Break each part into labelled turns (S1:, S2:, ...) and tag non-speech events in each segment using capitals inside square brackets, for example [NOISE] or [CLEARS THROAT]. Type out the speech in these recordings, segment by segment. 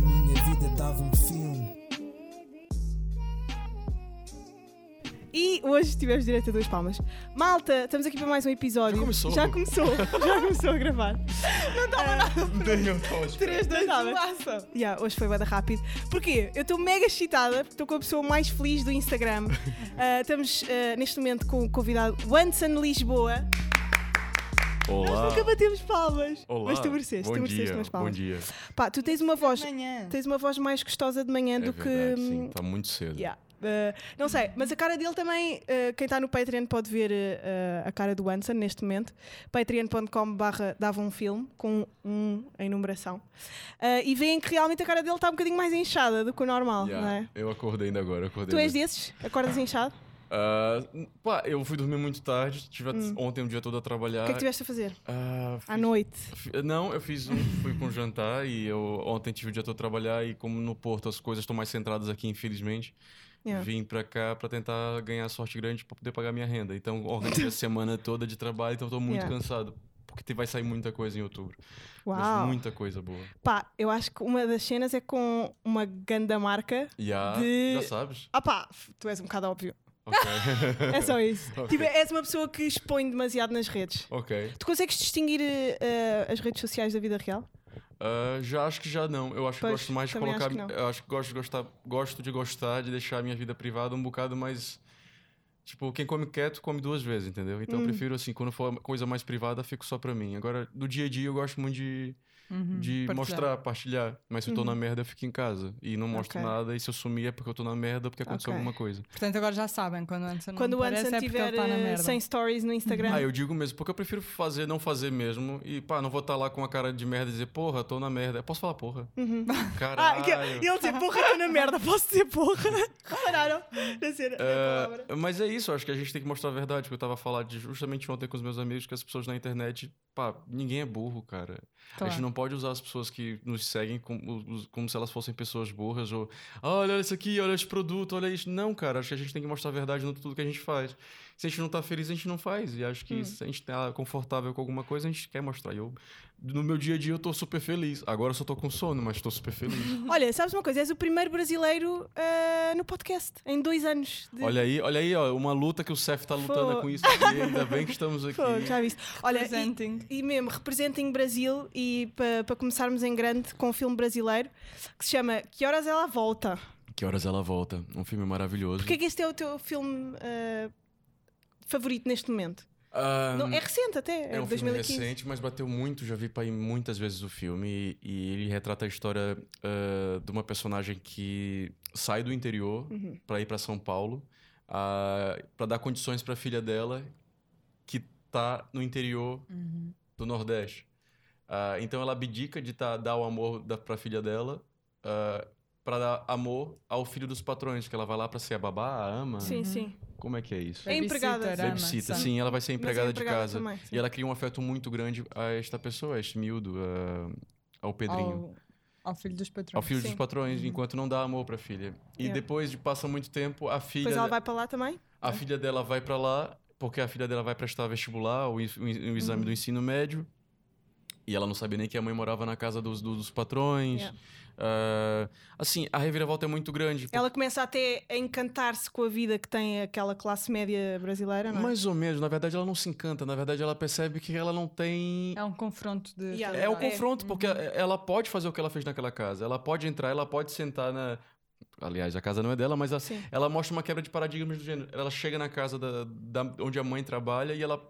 S1: vida dava um filme.
S2: E hoje tivemos direito a duas palmas. Malta, estamos aqui para mais um episódio.
S3: Já começou? É,
S2: Já começou, [LAUGHS] já começou a gravar. Não estava nada.
S3: Nem eu estava a esperar.
S2: 3, 2, yeah, Hoje foi bada rápido. Porquê? Eu estou mega excitada, porque estou com a pessoa mais feliz do
S3: [LAUGHS]
S2: Instagram. Ah, estamos ah, neste momento com o convidado Wanson Lisboa.
S3: Olá.
S2: Nunca batemos palmas.
S3: Olá.
S2: Mas tu mereceste,
S3: Bom
S2: tu mereceste
S3: dia.
S2: umas palmas.
S3: Bom dia.
S2: Pá, tu tens uma voz.
S4: Amanhã.
S2: Tens uma voz mais gostosa de manhã do
S3: é verdade,
S2: que. hum,
S3: sim, está muito cedo.
S2: Yeah. Uh, não sei, mas a cara dele também, uh, quem está no Patreon pode ver uh, uh, a cara do Anson neste momento. patreon.com barra dava um filme com um em numeração. Uh, e veem que realmente a cara dele está um bocadinho mais inchada do que o normal,
S3: Yeah,
S2: não é?
S3: Eu acordei ainda agora. Acordei
S2: Tu és
S3: muito-
S2: desses? Acordas inchado?
S3: Ah, pá, eu fui dormir muito tarde. Tive a- ontem o dia todo a trabalhar.
S2: Hum. O que é que tiveste a fazer?
S3: Ah, fiz-
S2: À noite.
S3: fi- Não, eu fiz um, fui com jantar e eu ontem tive o dia todo a trabalhar e como no Porto as coisas estão mais centradas aqui, infelizmente,
S2: Yeah.
S3: vim pra cá pra tentar ganhar sorte grande pra poder pagar minha renda. Então,
S2: [LAUGHS]
S3: organizei a semana toda de trabalho, então eu tô muito
S2: Yeah.
S3: cansado, porque te- vai sair muita coisa em outubro. Mas
S2: Uau!
S3: muita coisa boa.
S2: Pá, eu acho que uma das cenas é com uma ganda marca.
S3: E a-
S2: De-
S3: já sabes?
S2: Ah pá, tu és um bocado óbvio.
S3: Ok. [LAUGHS]
S2: É só isso.
S3: Ok.
S2: Tipo, és uma pessoa que expõe demasiado nas redes.
S3: Ok.
S2: Tu consegues distinguir eh, eh, as redes sociais da vida real?
S3: Ah, já acho que já não. Eu acho que
S2: Pois,
S3: gosto mais de
S2: também
S3: colocar.
S2: acho que não.
S3: eu acho que gosto de gostar, gosto de gostar de deixar a minha vida privada um bocado mais. Tipo, quem come quieto come duas vezes, entendeu? Então eu
S2: Hum.
S3: prefiro assim, quando for uma coisa mais privada, fico só pra mim. Agora, do dia a dia, eu gosto muito de,
S2: Uhum.
S3: de
S4: partilhar.
S3: mostrar, partilhar. Mas se eu tô na merda, eu fico em casa. E não mostro
S2: Ok.
S3: nada. E se eu sumir é porque eu tô na merda, porque aconteceu
S2: Ok.
S3: alguma coisa.
S4: Portanto, agora já sabem, quando o Anson
S2: Quando
S4: não
S2: o Anson
S4: aparece é porque
S2: tiver
S4: ele está na
S2: eh,
S4: merda.
S2: 100 stories no Instagram.
S3: Ah, eu digo mesmo, porque eu prefiro fazer, não fazer mesmo. E pá, não vou estar lá com a cara de merda e dizer, porra, tô na merda. Eu posso falar porra.
S2: [LAUGHS]
S3: Caralho.
S2: Ah, que- ele dizer porra, estou na merda, posso dizer
S3: [LAUGHS]
S2: porra. Repararam na cena, na palavra.
S3: É, mas é isso, acho que a gente tem que mostrar a verdade, porque eu tava falando de- justamente ontem com os meus amigos que as pessoas na internet, pá, ninguém é burro, cara. A gente
S4: Claro.
S3: não pode usar as pessoas que nos seguem como, os- como se elas fossem pessoas burras ou, "Ah, olha isso aqui, olha esse produto, olha isso. Não, cara, acho que a gente tem que mostrar a verdade no tudo que a gente faz. Se a gente não tá feliz, a gente não faz. E acho que
S2: Hum.
S3: se a gente tá confortável com alguma coisa, a gente quer mostrar. E eu, no meu dia a dia, eu tô super feliz. Agora eu só tô com sono, mas tô super
S2: [LAUGHS]
S3: feliz.
S2: Olha, sabes uma coisa? És o primeiro brasileiro eh, no podcast em dois anos. De... [LAUGHS]
S3: Olha aí, olha aí, ó, uma luta que o Cef tá lutando
S2: Fo-
S3: com isso aqui. Ainda bem
S2: [LAUGHS]
S3: que estamos aqui.
S2: Fogo, já viste. Olha, e, é
S4: Presenting.
S2: e mesmo, representem Brasil e para começarmos em grande com um filme brasileiro que se chama Que Horas Ela Volta.
S3: Que Horas Ela Volta, um filme maravilhoso.
S2: Porquê que este é o teu filme eh, favorito neste momento?
S3: Ah,
S2: Não, é recente até, é,
S3: é um
S2: de
S3: filme
S2: 2015.
S3: recente, mas bateu muito, já vi pra ir muitas vezes o filme. E, e ele retrata a história ah, de uma personagem que sai do interior
S2: Uhum.
S3: pra ir pra São Paulo ah, pra dar condições pra filha dela que tá no interior
S2: Uhum.
S3: do Nordeste. Ah, então ela abdica de tá, dar o amor da, pra filha dela ah, pra dar amor ao filho dos patrões, que ela vai lá pra ser a babá, a ama.
S2: Sim, sim.
S3: Como é que é isso?
S2: É empregada.
S4: Babysitter, ama,
S3: Babysitter,
S4: sabe?
S3: sim, ela vai ser empregada,
S2: é empregada
S3: de casa.
S2: também, sim.
S3: e ela cria um afeto muito grande a esta pessoa, a este miúdo, a- ao Pedrinho.
S4: Ao, ao filho dos patrões.
S3: Ao filho
S2: Sim. Uhum.
S3: dos patrões, enquanto não dá amor pra filha. E
S2: Yeah.
S3: depois de passa muito tempo, a filha,
S2: Depois ela vai para lá também?
S3: a filha dela vai pra lá, porque a filha dela vai prestar vestibular, o, in- o in- o exame
S2: Uhum.
S3: do ensino médio. E ela não sabia nem que a mãe morava na casa dos, dos- dos patrões.
S2: Yeah.
S3: Ah, assim, a reviravolta é muito grande.
S2: Ela começa até a encantar-se com a vida que tem aquela classe média brasileira, não é?
S3: Mais ou menos, na verdade ela não se encanta, na verdade ela percebe que ela não tem
S4: É um confronto de.
S2: Yeah.
S3: É o
S2: É.
S3: confronto, porque ela pode fazer o que ela fez naquela casa. Ela pode entrar, ela pode sentar na. Aliás, a casa não é dela, mas a-
S2: Sim.
S3: ela mostra uma quebra de paradigmas do gênero. Ela chega na casa da, da- onde a mãe trabalha e ela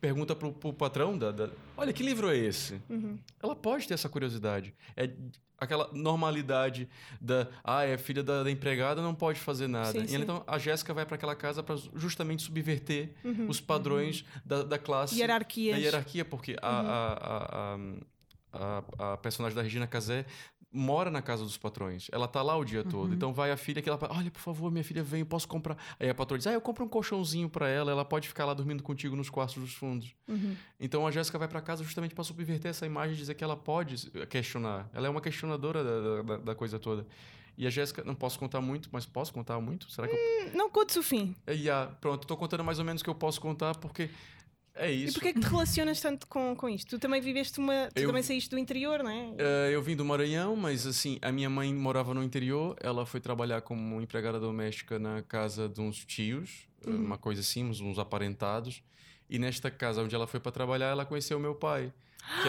S3: pergunta pro, pro patrão da, da- Olha, que livro é esse?
S2: Uhum.
S3: Ela pode ter essa curiosidade. É aquela normalidade da. Ah, é filha da, da empregada, não pode fazer nada.
S2: Sim,
S3: E
S2: sim.
S3: então a Jéssica vai para aquela casa para justamente subverter
S2: Uhum,
S3: os padrões da, da classe
S2: Hierarquias. Uhum.
S3: da hierarquia, porque a, a- a- a- a- a personagem da Regina Casé mora na casa dos patrões. Ela tá lá o dia todo.
S2: Uhum.
S3: Então vai a filha que ela fala, olha, por favor, minha filha vem, eu posso comprar. Aí a patroa diz, ah, eu compro um colchãozinho pra ela, ela pode ficar lá dormindo contigo nos quartos dos fundos.
S2: Uhum.
S3: Então a Jéssica vai pra casa justamente pra subverter essa imagem e dizer que ela pode se- questionar. Ela é uma questionadora da, da- da coisa toda. E a Jéssica, não posso contar muito, mas posso contar muito? Será que eu
S2: Não contes o fim.
S3: e, ah, pronto, tô contando mais ou menos o que eu posso contar, porque É
S2: E
S3: isso.
S2: porquê é que te relacionas tanto com, com isto? Tu também viveste uma. Tu
S3: Eu-
S2: também saíste do interior, não é?
S3: Eh, eu vim do Maranhão, mas assim, a minha mãe morava no interior, ela foi trabalhar como empregada doméstica na casa de uns tios, eh,
S2: Uhum.
S3: uma coisa assim, uns, uns aparentados. E nesta casa onde ela foi para trabalhar, ela conheceu meu pai, que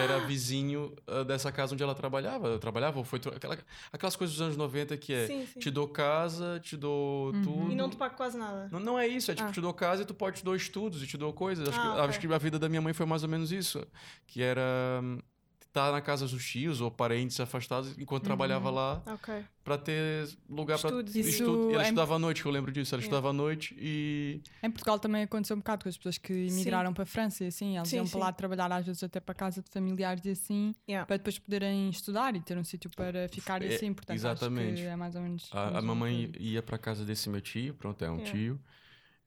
S2: [GASPS]
S3: era vizinho eh, dessa casa onde ela trabalhava. Eu trabalhava, ou foi tra- aquela- aquelas coisas dos anos 90 que é
S2: Sim, sim.
S3: te dou casa, te dou tudo.
S2: E não te pago quase nada.
S3: Não, não é isso, é tipo,
S2: Ah.
S3: te dou casa e tu pode te dou estudos e te dou coisas. Acho,
S2: Ah,
S3: que,
S2: ok.
S3: acho que a vida da minha mãe foi mais ou menos isso. Que era hum, estar na casa dos tios ou parentes afastados enquanto trabalhava lá
S2: Ok.
S3: pra ter lugar pra
S2: Uhum. Ah. Estudos.
S4: Isso
S3: estudo. E ela
S4: é-
S3: estudava à noite, que eu lembro disso.
S2: É.
S3: Ela estudava à noite e.
S4: Em Portugal também aconteceu um bocado com as pessoas que emigraram para a França e assim, eles
S2: Sim,
S4: iam
S2: sim.
S4: para lá trabalhar às vezes até para casa de familiares e assim,
S2: Yeah.
S4: para depois poderem estudar e ter um sítio para ficar e
S3: É,
S4: assim, portanto acho
S3: exatamente.
S4: que é mais ou menos...
S3: A, a
S4: mais ou
S3: mamãe
S4: menos-
S3: ia pra casa desse meu tio, pronto, é um
S2: É.
S3: tio.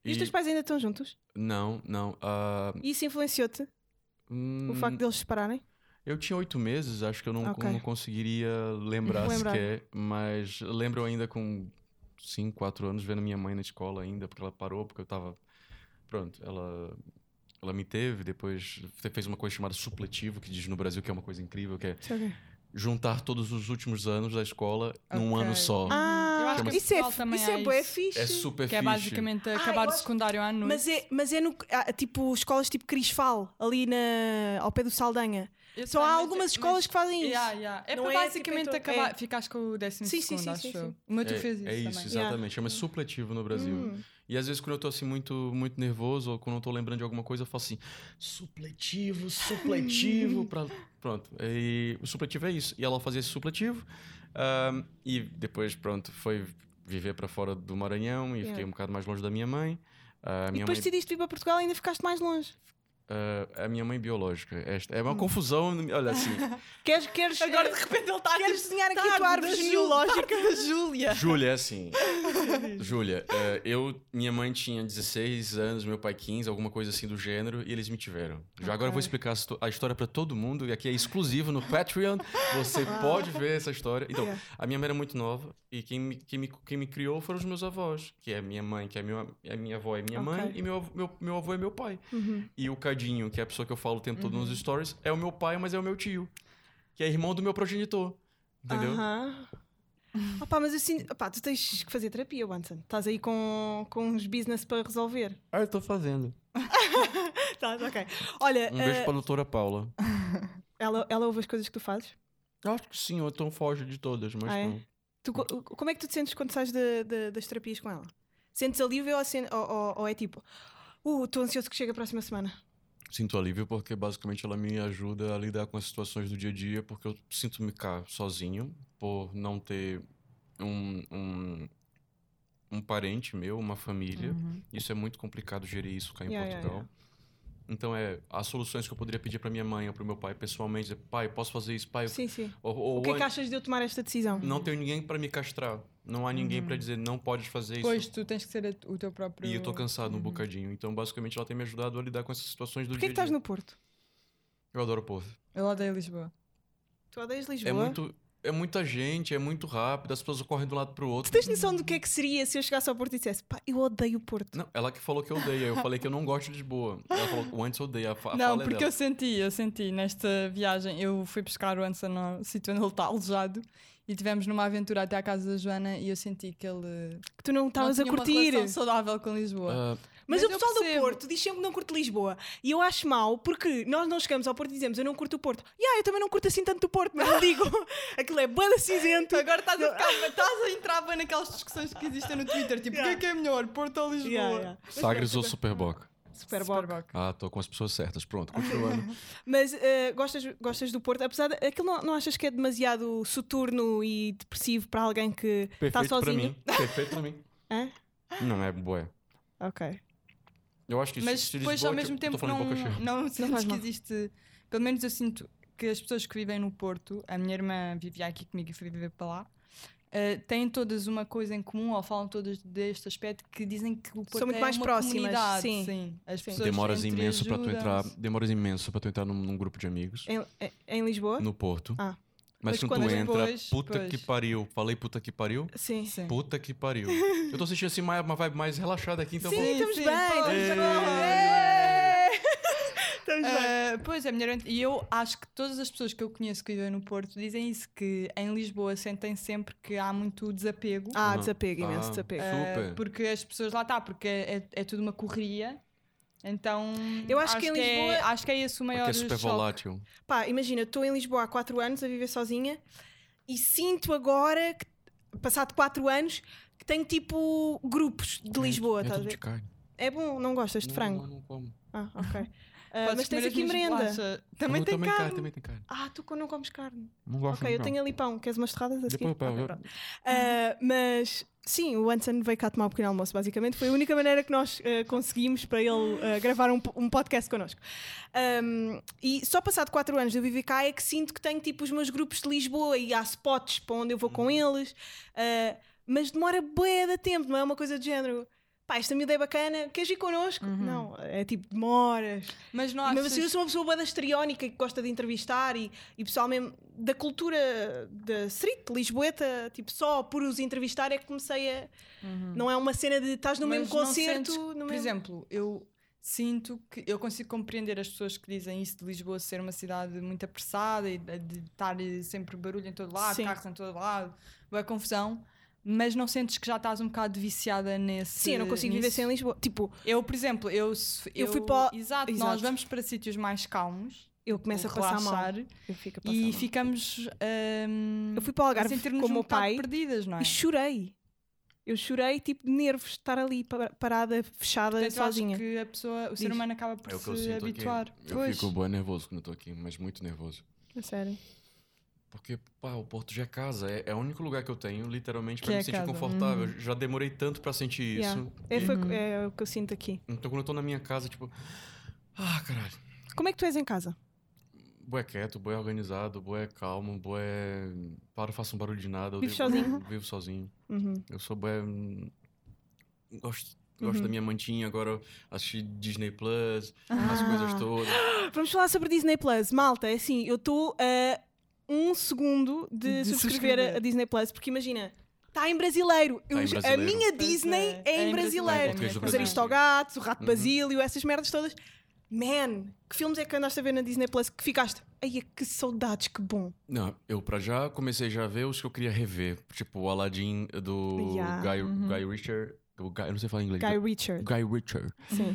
S2: E os
S3: E-
S2: teus pais ainda estão juntos?
S3: Não, não. ah,
S2: E isso influenciou-te?
S3: hum,
S2: O facto deles se separarem?
S3: Eu tinha oito meses, acho que eu não,
S2: Ok.
S3: não conseguiria lembrar
S2: Lembrar.
S3: sequer, mas lembro ainda com cinco, quatro anos vendo minha mãe na escola ainda, porque ela parou, porque eu tava. Pronto, ela, ela me teve, depois fe- fez uma coisa chamada supletivo, que diz no Brasil que é uma coisa incrível, que é juntar todos os últimos anos da escola num
S4: Ok.
S3: ano só.
S2: Ah,
S3: Hum, acho que
S2: isso é,
S4: Portugal também
S2: isso
S4: há
S2: é bué
S4: isso.
S2: fixe.
S3: É super
S4: Que é
S3: fixe.
S4: basicamente
S2: eu
S4: acabar o
S2: acho-
S4: secundário à noite.
S2: Mas é, mas é no, ah, tipo escolas tipo Crisfal, ali na, ao pé do Saldanha.
S4: Eu
S2: Só
S4: sei,
S2: há
S4: mas- é,
S2: algumas
S4: mas-
S2: escolas que fazem isso.
S4: Yeah, yeah. É
S2: Não
S4: para
S2: é, tipo,
S4: basicamente
S2: então-
S4: acabar,
S2: é.
S4: ficares com o décimo
S2: Sim, sim,
S4: segundo,
S2: sim,
S4: acho
S2: sim,
S4: eu.
S2: sim.
S4: O meu
S3: É,
S4: tio fez isso
S3: é isso,
S4: também.
S3: exatamente. Chama supletivo no Brasil.
S2: Hum.
S3: E às vezes quando eu tô assim muito, muito nervoso ou quando eu tô lembrando de alguma coisa, eu falo assim, supletivo,
S2: [LAUGHS]
S3: supletivo, pra... pronto. E o supletivo é isso. E ela fazia esse supletivo ahm, e depois, pronto, foi viver pra fora do Maranhão e
S2: Yeah.
S3: fiquei um bocado mais longe da minha mãe. Ah, a
S2: É. E
S3: minha
S2: depois
S3: mãe,
S2: decidiste vir para Portugal e ainda ficaste mais longe.
S3: ah, a minha mãe biológica. Esta
S2: Hum.
S3: é uma confusão, olha assim.
S2: Queres, queres,
S4: Agora de repente ele está
S2: queres desenhar aqui a
S4: tarde,
S2: tua árvore
S4: [LAUGHS] da Ju-
S2: genealógica?
S4: Júlia.
S3: Júlia, é assim. Júlia, eh, eu, minha mãe tinha 16 anos, meu pai 15, alguma coisa assim do gênero, e eles me tiveram. Já agora eu vou
S4: Ok.
S3: explicar a histó- a história pra todo mundo, e aqui é exclusivo no Patreon, você
S2: Ah.
S3: pode ver essa história. Então,
S2: Yeah.
S3: a minha mãe era muito nova, e quem me, quem, me, quem me criou foram os meus avós, que é minha mãe, que é meu, a minha avó é minha mãe,
S2: Ok. Uhum.
S3: e meu, av- meu, meu avô é meu pai. E o Cadinho, que é a pessoa que eu falo o tempo todo nos stories, é o meu pai, mas é o meu tio, que é irmão do meu progenitor. Entendeu?
S2: Aham. Opá, mas eu sinto. opá, tu tens que fazer terapia, Wanson. Estás aí com, com uns business para resolver.
S3: Ah, eu tô fazendo.
S4: Tá,
S2: Estás, ok. Olha,
S3: Um beijo
S2: eh,
S3: pra doutora Paula.
S2: ela, ela ouve as coisas que tu fazes.
S3: Eu Acho que sim, ou então foge de todas, mas
S2: Ah, é?
S3: não.
S2: Tu co- o- como é que tu te sentes quando sais de- de- das terapias com ela? Sentes alívio ou, sen- ou- ou- ou é tipo, uh, estou ansioso que chegue a próxima semana?
S3: Sinto alívio porque basicamente ela me ajuda a lidar com as situações do dia a dia, porque eu sinto-me cá sozinho, por não ter um, um, um parente meu, uma família. Isso é muito complicado gerir isso cá em
S2: Uhum. Yeah, yeah,
S3: Portugal. Então, é, as soluções que eu poderia pedir pra minha mãe ou pro meu pai pessoalmente, dizer, pai, eu posso fazer isso, pai, eu-
S2: Sim, sim.
S3: ou, ou-
S2: O que é
S3: ou-
S2: que achas de eu tomar esta decisão?
S3: não tenho ninguém pra me castrar. Não há
S2: Uhum.
S3: ninguém pra dizer, não pode fazer isso.
S4: Pois, tu tens que ser a- o teu próprio...
S3: E eu tô cansado um bocadinho. Então, basicamente, ela tem me ajudado a lidar com essas situações do
S2: Porquê que
S3: dia a
S4: tá
S2: estás
S3: dia.
S2: no Porto?
S3: Eu adoro o Porto.
S4: Eu odeio Lisboa.
S2: Tu odeias
S3: É
S2: Lisboa?
S3: muito. É muita gente, é muito rápido, as pessoas correm de um lado pro
S2: Tu
S3: outro.
S2: tens noção do que é que seria se eu chegasse ao Porto e dissesse, pá, eu odeio o Porto?
S3: Não, ela que falou que odeia, eu falei que eu não gosto de Lisboa. Ela falou, antes odeia. A fa- a
S4: Não,
S3: fala é
S4: porque
S3: dela.
S4: eu senti, eu senti nesta viagem. Eu fui buscar o Anson no [LAUGHS] sítio onde ele está alojado e tivemos numa aventura até à casa da Joana e eu senti que ele.
S2: Que tu não estavas
S4: não
S2: a
S4: tinha
S2: curtir.
S4: Uma relação saudável com Lisboa.
S3: Ah,
S2: Mas,
S4: Mas
S2: o
S4: eu
S2: pessoal do
S4: percebo.
S2: Porto diz sempre que não curte Lisboa. E eu acho mal porque nós não chegamos ao Porto e dizemos eu não curto o Porto. E ah, eu também não curto assim tanto o Porto, mas não digo. [LAUGHS] Aquilo é banda
S3: [LAUGHS]
S2: cinzento.
S4: Agora estás a, ficar, estás a entrar bem naquelas discussões que existem no Twitter, tipo, o
S2: Yeah.
S4: que é que é melhor, Porto ou Lisboa?
S2: Yeah, yeah.
S3: Sagres ou Superboc?
S2: Super bom.
S4: Superboc.
S3: Ah, tô com as pessoas certas. Pronto,
S4: Tá
S3: continuando.
S2: Mas eh, gostas, gostas do Porto? Apesar de. Aquilo não, não achas que é demasiado soturno e depressivo para alguém que está
S3: Perfeito pra
S2: sozinho?
S3: mim. Perfeito pra
S4: [LAUGHS]
S3: mim.
S2: Hã?
S3: Não, é boé.
S2: Ok.
S3: Eu acho que
S4: Mas
S3: se
S4: depois,
S3: Lisboa,
S4: ao
S3: que-
S4: mesmo
S3: tô
S4: tempo,
S3: falando
S4: não,
S3: em boca cheia.
S4: não
S2: [LAUGHS] faz
S4: sinto que
S2: mal.
S4: existe. Pelo menos eu sinto que as pessoas que vivem no Porto, a minha irmã vivia aqui comigo e foi viver para lá, eh, têm todas uma coisa em comum ou falam todas deste aspecto que dizem que o Porto
S2: muito
S4: é
S2: mais
S4: uma
S2: próximas,
S4: comunidade.
S2: sim.
S4: As pessoas
S3: Demoras
S4: entre
S3: imenso pra tu entrar.
S4: ajudam-se.
S3: Demoras imenso pra tu entrar num, num grupo de amigos.
S2: Em, em- em Lisboa?
S3: No Porto.
S2: Ah.
S3: Mas,
S2: Mas
S3: quando
S2: quando-
S3: tu
S2: Mas
S3: entra,
S4: depois-
S3: puta
S4: pois.
S3: que pariu. Falei puta que pariu?
S2: Sim.
S4: Sim.
S3: Puta que pariu.
S2: [LAUGHS]
S3: Eu tô sentindo assim uma uma vibe mais relaxada aqui, então
S2: Sim,
S3: vou-
S2: estamos
S4: sim,
S2: bem,
S4: pô,
S2: [LAUGHS] estamos
S3: sim.
S2: bem.
S3: É.
S4: Ah, pois, É. é melhor. ent- E eu acho que todas as pessoas que eu conheço que vivem no Porto dizem isso, que em Lisboa sentem sempre que há muito desapego.
S2: Ah,
S3: Uhum.
S2: desapego, imenso
S3: Ah,
S2: desapego.
S3: Super.
S4: Porque as pessoas lá está, porque é, é- é tudo uma correria. Então,
S2: Eu acho que em
S4: é,
S2: Lisboa-
S4: acho que é esse o maior
S3: Porque é super
S4: choque.
S3: volátil.
S2: Pá, imagina, estou em Lisboa há 4 anos a viver sozinha e sinto agora, que, passado 4 anos, que tenho tipo grupos de Lisboa,
S3: é,
S2: estás a
S3: tudo
S2: ver?
S3: de carne.
S2: É bom, não gostas de
S3: Não,
S2: frango?
S3: Não, não como.
S2: Ah,
S4: [LAUGHS]
S2: ok. Ah,
S4: Podes
S2: mas tens
S4: comer as
S2: aqui
S4: minhas
S2: merenda.
S4: bolachas. Também
S3: Não,
S4: tem
S3: também
S4: carne.
S3: Também tem carne.
S2: Ah, tu não comes carne.
S3: Não gosto
S2: ok,
S3: de
S2: eu
S3: carne.
S2: tenho ali pão. Queres umas torradas a seguir?
S3: Depois assim? eu pego,
S2: Ok,
S3: eu-
S2: pronto. Ah, mas sim, o Anson veio cá tomar um pequeno almoço, basicamente. Foi a única maneira que nós ah, conseguimos para ele ah, gravar um, po- um podcast connosco. Ahm, e só passado 4 anos de eu viver cá é que sinto que tenho tipo os meus grupos de Lisboa e há spots para onde eu vou com
S3: Uhum.
S2: eles. Ah, mas demora bué de tempo, não é uma coisa de género. Pá, esta miúda é bacana, queres ir connosco?
S3: Uhum.
S2: Não, é tipo, demoras.
S4: Mas não
S2: Mas
S4: achas...
S2: assim, eu sou uma pessoa bada estriónica que gosta de entrevistar e, e pessoal mesmo da cultura da street, lisboeta, tipo, só por os entrevistar é que comecei a. Não é uma cena de estás no
S4: Uhum. Mas
S2: mesmo
S4: não
S2: concerto.
S4: sentes que,
S2: no
S4: por
S2: mesmo...
S4: exemplo, eu sinto que eu consigo compreender as pessoas que dizem isso de Lisboa ser uma cidade muito apressada e de de estar sempre barulho em todo lado,
S2: Sim.
S4: carros em todo lado, boa confusão. Mas não sentes que já estás um bocado viciada nesse.
S2: Sim, eu não consigo viver
S4: nisso?
S2: sem Lisboa. Tipo,
S4: Eu, por exemplo, eu, se-
S2: Eu fui para o-
S4: Exato, nós
S2: Exato.
S4: vamos para sítios mais calmos.
S2: eu começo a
S4: o
S2: passar mal.
S4: relaxar,
S2: Eu, fico a passar
S4: E
S2: mal.
S4: ficamos. hum,
S2: eu fui para o
S4: a
S2: Algarve
S4: sentir-nos
S2: com o
S4: um
S2: meu
S4: bocado
S2: pai
S4: perdidas, não é?
S2: e chorei. Eu chorei, tipo, de nervos, de estar ali pa- parada, fechada,
S4: Portanto, eu acho
S2: sozinha.
S4: que a pessoa, o ser
S2: Diz.
S4: humano acaba por
S3: É o que eu
S4: se
S3: sinto aqui.
S4: habituar.
S3: Eu
S4: Pois.
S3: fico bem nervoso quando eu tô aqui, mas muito nervoso.
S2: A sério.
S3: Porque, pá, o Porto já é casa. É, é o único lugar que eu tenho, literalmente, pra
S4: Que
S3: me
S4: é
S3: sentir
S4: casa.
S3: confortável. Já demorei tanto pra sentir
S2: Uhum. Yeah.
S3: isso.
S2: É,
S3: E-
S2: foi- é o que eu sinto aqui.
S3: Então, quando eu tô na minha casa, tipo... Ah, caralho.
S2: Como é que tu és em casa?
S3: Boé quieto, boé organizado, boé calmo, boé... Paro, faço um barulho de nada. eu
S2: Vive
S3: devo-
S2: sozinho?
S3: [LAUGHS] Vivo sozinho.
S2: Uhum.
S3: Eu sou boé... hum, Gosto... Gosto da minha mantinha, agora assisti Disney Plus, as
S4: Ah.
S3: coisas
S2: Ah.
S3: todas.
S2: Vamos falar sobre Disney Plus. Malta, é assim, eu estou a um segundo de,
S4: De
S2: subscrever,
S4: subscrever.
S2: a- a Disney Plus, porque imagina, está em brasileiro. Eu
S3: Tá em
S2: já- A
S3: brasileiro.
S2: minha
S4: Pois
S2: Disney
S4: é,
S2: é, em brasileiro.
S3: português do
S2: Os
S3: Brasil.
S2: Aristogatos, o Rato
S3: Uhum.
S2: Basílio, essas merdas todas. Man, que filmes é que andaste a ver na Disney Plus que ficaste? Ai, é que saudades, que bom.
S3: Não, eu pra já comecei já a ver os que eu queria rever. Tipo, o Aladdin do
S2: Yeah.
S3: Guy, Guy Richard. o Guy- eu não sei falar inglês.
S2: Guy
S3: Guy,
S2: Richard.
S3: Richard.
S2: Sim.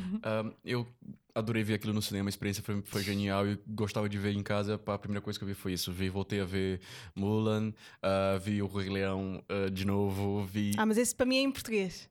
S3: eu adorei ver aquilo no cinema, a experiência foi, foi genial. Eu gostava de ver em casa. pá, A primeira coisa que eu vi foi isso. Vi, voltei a ver Mulan, ah, vi o Rei Leão ah, de novo, vi.
S2: Ah, mas esse para mim é em português. Esse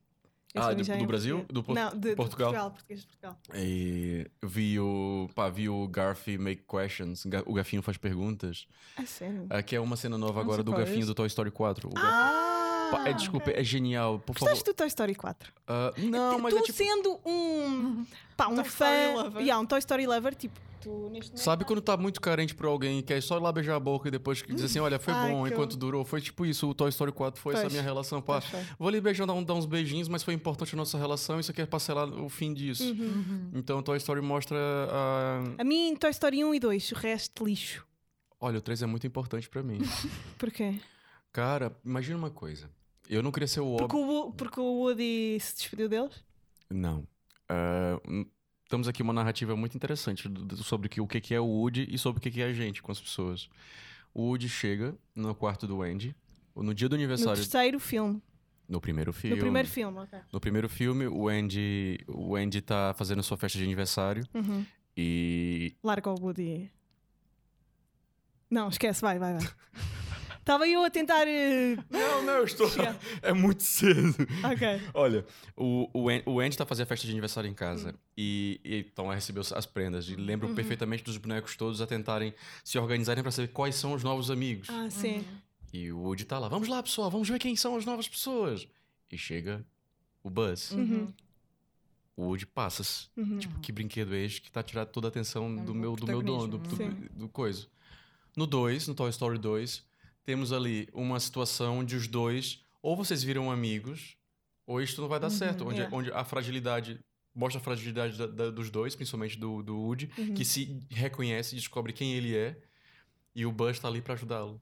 S3: Ah,
S2: para mim
S3: do-
S2: já é
S3: do
S2: em
S3: Brasil?
S2: português.
S3: Do Portu-
S2: Não, de, de
S3: Portugal?
S2: Portugal, português de Portugal.
S3: E vi o. Pá, vi o Garfi Make Questions. Ga- O Gafinho faz perguntas.
S2: Ah, sério?
S3: ah, que é uma cena nova
S4: Não
S3: agora
S4: sei
S3: do
S4: qual é
S3: Gafinho
S4: esse.
S3: do Toy Story 4. O Gafinho-
S2: Ah!
S3: Pá, é, desculpa, é genial. Por favor.
S2: Gostaste do Toy Story 4?
S3: Ah, não,
S2: Ti-
S3: mas
S2: tu
S3: é tipo.
S2: sendo um, pá, um
S4: Toy Story
S2: fã
S4: lover.
S2: e há um Toy Story lover, tipo, tu neste momento.
S3: Sabe quando tá muito carente pra alguém e quer só ir lá beijar a boca e depois que diz assim, olha, foi
S2: Ai,
S3: bom
S2: que
S3: enquanto
S2: eu-
S3: durou? Foi tipo isso, o Toy Story 4 foi essa
S2: Pois.
S3: minha relação. Pá,
S2: Pois foi.
S3: vou ali beijar, dar, um- dar uns beijinhos, mas foi importante a nossa relação, isso aqui é parcelar o fim disso.
S2: Uhum,
S3: Então Toy Story mostra a...
S2: A mim, Toy Story 1 e 2, o resto lixo.
S3: Olha, o 3 é muito importante pra mim.
S2: Porquê?
S3: Cara, imagina uma coisa. Eu não queria ser o
S2: Porque
S3: óbvio...
S2: o, Wo- porque o Woody se despediu deles?
S3: Não. Ah, n- temos aqui uma narrativa muito interessante do- do- sobre que- o que, que é o Woody e sobre o que, que é a gente com as pessoas. O Woody chega no quarto do Andy, no dia do
S2: No
S3: aniversário.
S2: terceiro filme.
S3: No primeiro filme.
S2: No primeiro filme, ok.
S3: No primeiro filme, o Andy, o Andy tá fazendo sua festa de aniversário
S2: Uhum.
S3: e.
S2: Larga o Woody. Não, esquece, vai, vai, vai. Estava eu a tentar. eh,
S3: Não, não, eu estou. [LAUGHS] é muito cedo.
S2: Ok.
S3: Olha, o, o, An- o Andy tá fazendo a festa de aniversário em casa.
S2: Hum.
S3: E, e então ela recebeu as prendas. E lembro
S2: Uhum.
S3: perfeitamente dos bonecos todos a tentarem se organizarem para saber quais são os novos amigos.
S2: Ah, sim.
S3: E o Woody tá lá, vamos lá, pessoal, vamos ver quem são as novas pessoas. E chega o Buzz.
S2: Uhum.
S3: O Woody passa.
S2: Uhum.
S3: Tipo, que brinquedo é este que tá tirando toda a atenção
S4: É
S3: do,
S4: um
S3: meu, do meu dono, do, do,
S2: protagonismo,
S3: do coisa. No 2, no Toy Story 2, temos ali uma situação onde os dois, ou vocês viram amigos, ou isto não vai dar certo. Onde, é,
S2: yeah.
S3: onde a fragilidade, mostra a fragilidade da- da- dos dois, principalmente do, do Woody, que se reconhece, descobre quem ele é, e o Buzz tá ali para ajudá-lo.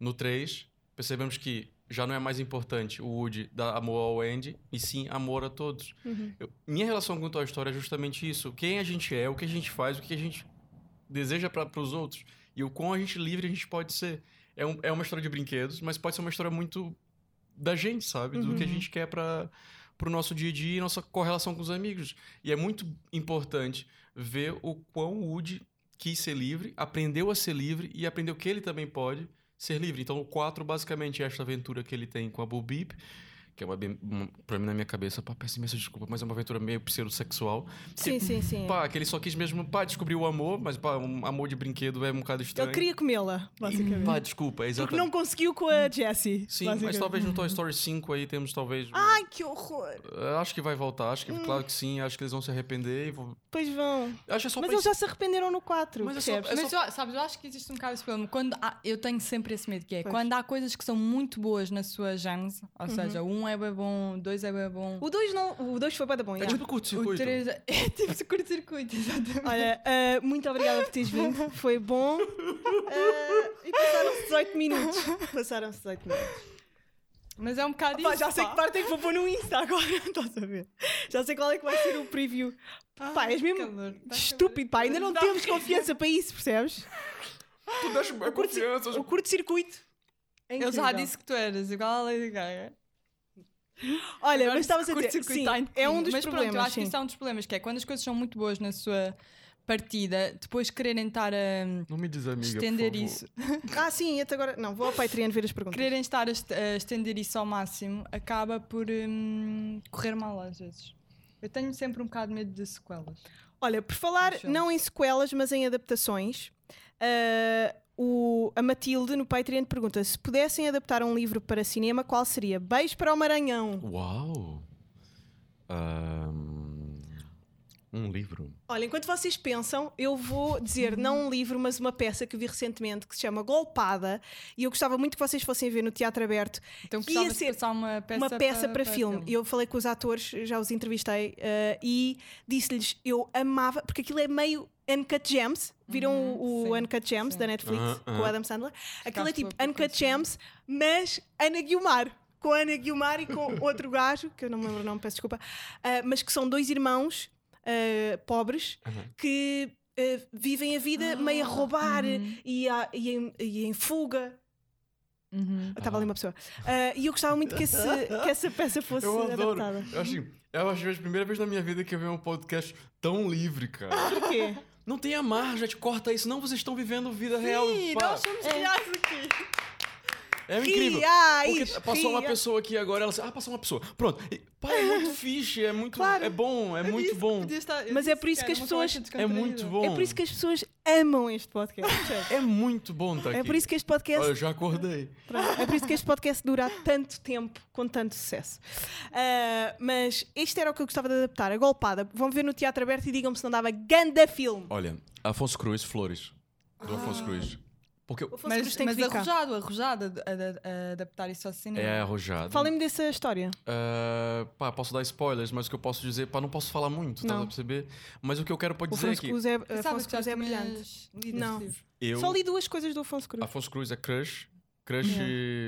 S3: No 3, percebemos que já não é mais importante o Woody dar amor ao Andy, e sim amor a todos. Eu- minha relação com Toy Story é justamente isso. Quem a gente é, o que a gente faz, o que a gente deseja para os outros e o quão a gente livre a gente pode ser. É, um, é uma história de brinquedos, mas pode ser uma história muito da gente, sabe? Do que a gente quer para o nosso dia a dia e nossa correlação com os amigos. E é muito importante ver o quão o Woody quis ser livre, aprendeu a ser livre e aprendeu que ele também pode ser livre. Então, o 4 basicamente é esta aventura que ele tem com a Bo Beep, que é uma, bem- uma pra mim na minha cabeça, pá, peço imensa desculpa, mas é uma aventura meio pseudossexual.
S2: Sim, sim, sim.
S3: Tipo, Pá, que ele só quis mesmo, pá, descobrir o amor, mas pá, um amor de brinquedo é um bocado estranho.
S2: Ele queria comê-la, basicamente.
S3: Pá, desculpa, é
S2: Porque
S3: exatamente.
S2: não conseguiu com a Jessie.
S3: Sim, mas
S2: basicamente.
S3: talvez no Toy Story 5 aí temos talvez.
S2: Ai, que horror!
S3: Eu Acho que vai voltar, acho que claro que sim, acho que eles vão se arrepender e vou...
S2: Pois vão.
S3: Acho que é só
S2: mas
S3: pra
S2: eles já se arrependeram no 4.
S3: Mas é só-
S2: Uhum. percebes?
S3: é
S4: Mas eu, sabes, eu acho que existe um bocado esse problema. Quando há- eu tenho sempre esse medo, que é
S2: Pois. Uhum.
S4: quando há coisas que são muito boas na sua genre, ou seja, um é bem bom, dois é bem bom,
S2: O 2 não. O 2 foi para bom.
S3: É
S2: já.
S3: tipo
S4: o
S3: curto-circuito.
S4: três é [LAUGHS] é tipo se curto-circuito, exatamente.
S2: Olha, ah, muito obrigada por teres [LAUGHS] vindo. Foi bom. Ah, e passaram-se 18 minutos. Passaram-se 18 minutos.
S4: Mas é um bocado
S2: Pá,
S4: isso,
S2: já sei
S4: pá.
S2: que parte é que vou pôr no Insta agora. [LAUGHS] Estás a ver? Já sei qual é que vai ser o preview. Pá, és mesmo
S4: calor, tá
S2: estúpido, pá. Ainda não temos confiança para isso, percebes?
S3: Tu deixa a confiança.
S2: O curto-circuito. é
S4: Eu já
S2: incrível.
S4: disse que tu eras igual a Lady Gaga.
S2: Olha,
S4: Agora
S2: mas estavas a dizer.
S4: curto-circuito
S2: Sim,
S4: tá
S2: é
S4: incrível.
S2: um dos
S4: Mas
S2: problemas.
S4: pronto, eu acho
S2: sim.
S4: que isso é um dos problemas, que é quando as coisas são muito boas na sua partida, depois quererem estar a hum,
S3: Não me diz, amiga, por
S4: estender
S3: favor.
S4: isso.
S2: Ah, sim, até agora. Não, vou ao Patreon ver as perguntas.
S4: Quererem estar a, est- a estender isso ao máximo acaba por hum, correr mal às vezes. Eu tenho sempre um bocado de medo de sequelas.
S2: Olha, por falar
S4: Deixa eu-
S2: não em sequelas, mas em adaptações, ah, o, a Matilde no Patreon pergunta: se pudessem adaptar um livro para cinema, qual seria? Beijo para o Maranhão.
S3: Uau! Ahm, um livro.
S2: Olha, enquanto vocês pensam, eu vou dizer
S4: Uhum.
S2: não um livro, mas uma peça que vi recentemente que se chama Golpada e eu gostava muito que vocês fossem ver no Teatro Aberto.
S4: Então
S2: Ia
S4: precisava
S2: ser
S4: passar uma peça,
S2: uma peça para, filme. Eu falei com os atores, já os entrevistei, eh, e disse-lhes eu amava, porque aquilo é meio Uncut Gems. Viram
S4: Uhum,
S2: o, o
S4: sim,
S2: Uncut Gems
S4: sim.
S2: da Netflix
S3: Aham,
S2: com o
S3: aham.
S2: Adam Sandler? Aquilo é
S4: Ficaste
S2: tipo
S4: louca com
S2: Uncut
S4: isso.
S2: Gems, mas Ana Guiomar. Com a Ana Guiomar e
S3: [LAUGHS]
S2: com outro gajo, que eu não me lembro o nome, peço desculpa, eh, mas que são dois irmãos eh, pobres que eh, vivem a vida meio a roubar
S4: Ah, uhum.
S2: e, a- e em- e em fuga.
S4: Uhum.
S2: Estava
S3: Ah.
S2: ali uma pessoa. Ah, e eu gostava muito que, esse- que essa peça fosse
S3: Eu adoro.
S2: é adaptada.
S3: Eu acho, que- eu acho que é a primeira vez na minha vida que eu vejo um podcast tão livre, cara.
S2: Porquê?
S3: Não tem amar, já te corta isso. Não, vocês estão vivendo vida real. pá.
S2: somos Ah,
S4: É.
S2: reais aqui.
S3: É incrível.
S2: Reais,
S3: Porque passou uma
S2: reais.
S3: pessoa aqui agora, ela assim, ah, passou uma pessoa. Pronto. E, pá, é
S2: [LAUGHS]
S3: muito fixe, é muito.
S2: Claro.
S3: É bom, é muito bom.
S2: Mas é por isso que as pessoas-
S3: É muito bom.
S2: É por isso que as pessoas amam este
S3: [LAUGHS]
S2: podcast. percebes?
S3: É muito bom tá
S2: É
S3: aqui.
S2: por isso que este podcast
S3: Olha, eu já acordei.
S2: Pronto, É por isso que este podcast dura há tanto tempo, com tanto sucesso. Ah, mas este era o que eu gostava de adaptar, a golpada. Vão ver no Teatro Aberto e digam-me se não dava ganda filme.
S3: Olha, Afonso Cruz, Flores. Do
S2: Ah.
S3: Afonso Cruz. Porque
S2: O Afonso Cruz
S4: Mas,
S2: tem que
S4: mas
S2: vir cá.
S4: arrojado, arrojado a, a- a adaptar isso ao cinema.
S3: é arrojado.
S2: Falem-me dessa história.
S3: Ah, pá, posso dar spoilers, mas o que eu posso dizer, pá, não posso falar muito, estás
S2: Não.
S3: a perceber? Mas o que eu quero pode
S2: O
S3: dizer é
S2: Afonso
S3: que
S2: Cruz é,
S4: Eu
S2: Afonso
S4: sabia que já
S2: Cruz é
S4: tinhas
S2: brilhante.
S4: lido esse
S2: Não.
S4: livro.
S3: eu,
S2: Só li duas coisas do Afonso Cruz.
S3: Afonso Cruz é crush, crush
S2: É.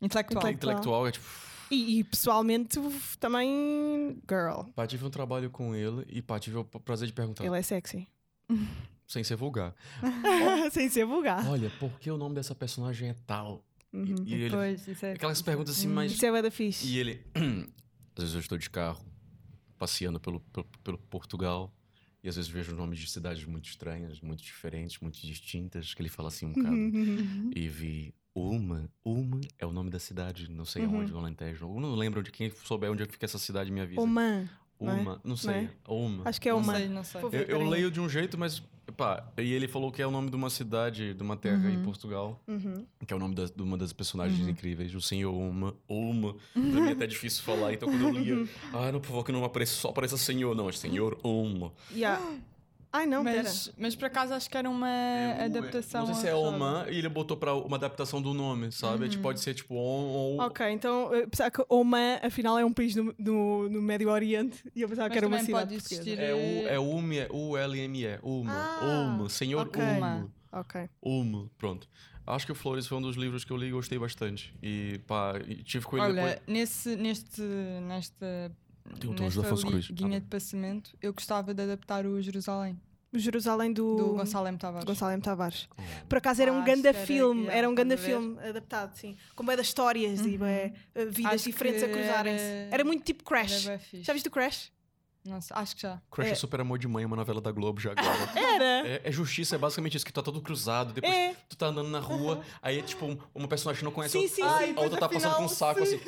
S4: Intelectual.
S2: Intelectual.
S3: intelectual, é tipo,
S2: E, e, pessoalmente uf, também girl.
S3: pá, tive um trabalho com ele e pá, tive o prazer de perguntar,
S2: Ele é
S4: [LAUGHS]
S2: sexy.
S3: sem ser vulgar.
S2: Sem ser vulgar.
S3: Olha, por que o nome dessa personagem é tal? E-
S2: Ah. Uhum.
S3: E, ele,
S4: Pois, isso é.
S3: aquelas perguntas assim, mas...
S2: Isso é bué da fixe.
S3: E ele, [CLEARS THROAT] às vezes eu estou de carro, passeando pelo, pelo, pelo Portugal, e às vezes vejo nomes de cidades muito estranhas, muito diferentes, muito distintas, que ele fala assim um bocado.
S2: Uhum.
S4: Uhum.
S3: E vi uma, uma é o nome da cidade, não sei
S2: Uhum.
S3: aonde, no Alentejo. Eu não lembro de quem souber onde é que fica essa cidade, me avisa.
S2: Oman. não é?
S3: Uma, não, sei,
S2: Não
S3: uma.
S2: Acho que é
S4: não
S2: Oman.
S4: sei, não sei.
S2: Vou ver.
S3: Eu, eu
S2: peraí.
S3: leio de um jeito, mas pá, e ele falou que é o nome de uma cidade, de uma terra em
S4: Uhum.
S3: Portugal,
S2: Uhum.
S3: que é o nome da- de uma das personagens
S4: Uhum.
S3: incríveis, o Senhor Uma, Uma. Pra mim é até difícil falar, então quando eu
S2: Uhum.
S3: lia, ah, não, por favor, que não apareça, só apareça Senhor, não, é Senhor Uma.
S4: [GASPS]
S2: Yeah. Ai não, pera.
S4: Mas, mas por acaso acho que era uma
S2: É,
S4: adaptação.
S3: Não sei se é
S4: arrojada.
S3: Uma, e ele botou pra uma adaptação do nome, sabe? Tipo, Pode ser tipo On, On,
S2: Uhum. Ok, então eh, pensava que Oman afinal é um país no, no, no Médio Oriente e eu pensava
S4: Mas
S2: que era uma
S4: também
S2: cidade
S4: pode
S2: portuguesa.
S4: existir. eh,
S3: É o é UME, é U-L-M-E, UMA,
S2: Ah,
S3: UMA, Senhor
S2: ok.
S3: UMA,
S2: Ok.
S3: UMA, pronto. Acho que o Flores foi um dos livros que eu li e gostei bastante. E pá, e tive com ele
S4: Olha, nesse, neste, nesta,
S3: Tem o teu
S4: nesta
S3: Afonso
S4: li-
S3: Cruz.
S4: guinha
S3: Ah,
S4: de passamento, eu gostava de adaptar o Jerusalém.
S2: Jerusalém do,
S4: do Gonçalo M. Tavares.
S2: Gonçalo M. Tavares. Por acaso era um
S4: Tavares,
S2: ganda
S4: era-
S2: filme,
S4: yeah,
S2: era um ganda
S4: estás a ver? Uhum.
S2: filme adaptado, sim. Com bué das histórias e bué, uh, vidas
S4: Acho
S2: diferentes a
S4: que
S2: cruzarem-se.
S4: era-
S2: Era muito tipo
S4: Era
S2: Crash.
S4: bué fixe.
S2: Já viste o Crash?
S4: Não sei, acho que já.
S3: Crush é.
S2: É.
S3: Super Amor de Mãe, é uma novela da Globo já agora.
S2: Era!
S3: é, é justiça, é basicamente isso, que tu tá todo cruzado, depois
S2: É.
S3: tu tá andando na rua, aí é tipo, um- uma personagem não conhece
S2: Sim,
S3: a outra,
S2: sim,
S3: a-
S2: sim.
S3: a outra tá passando com um saco assim.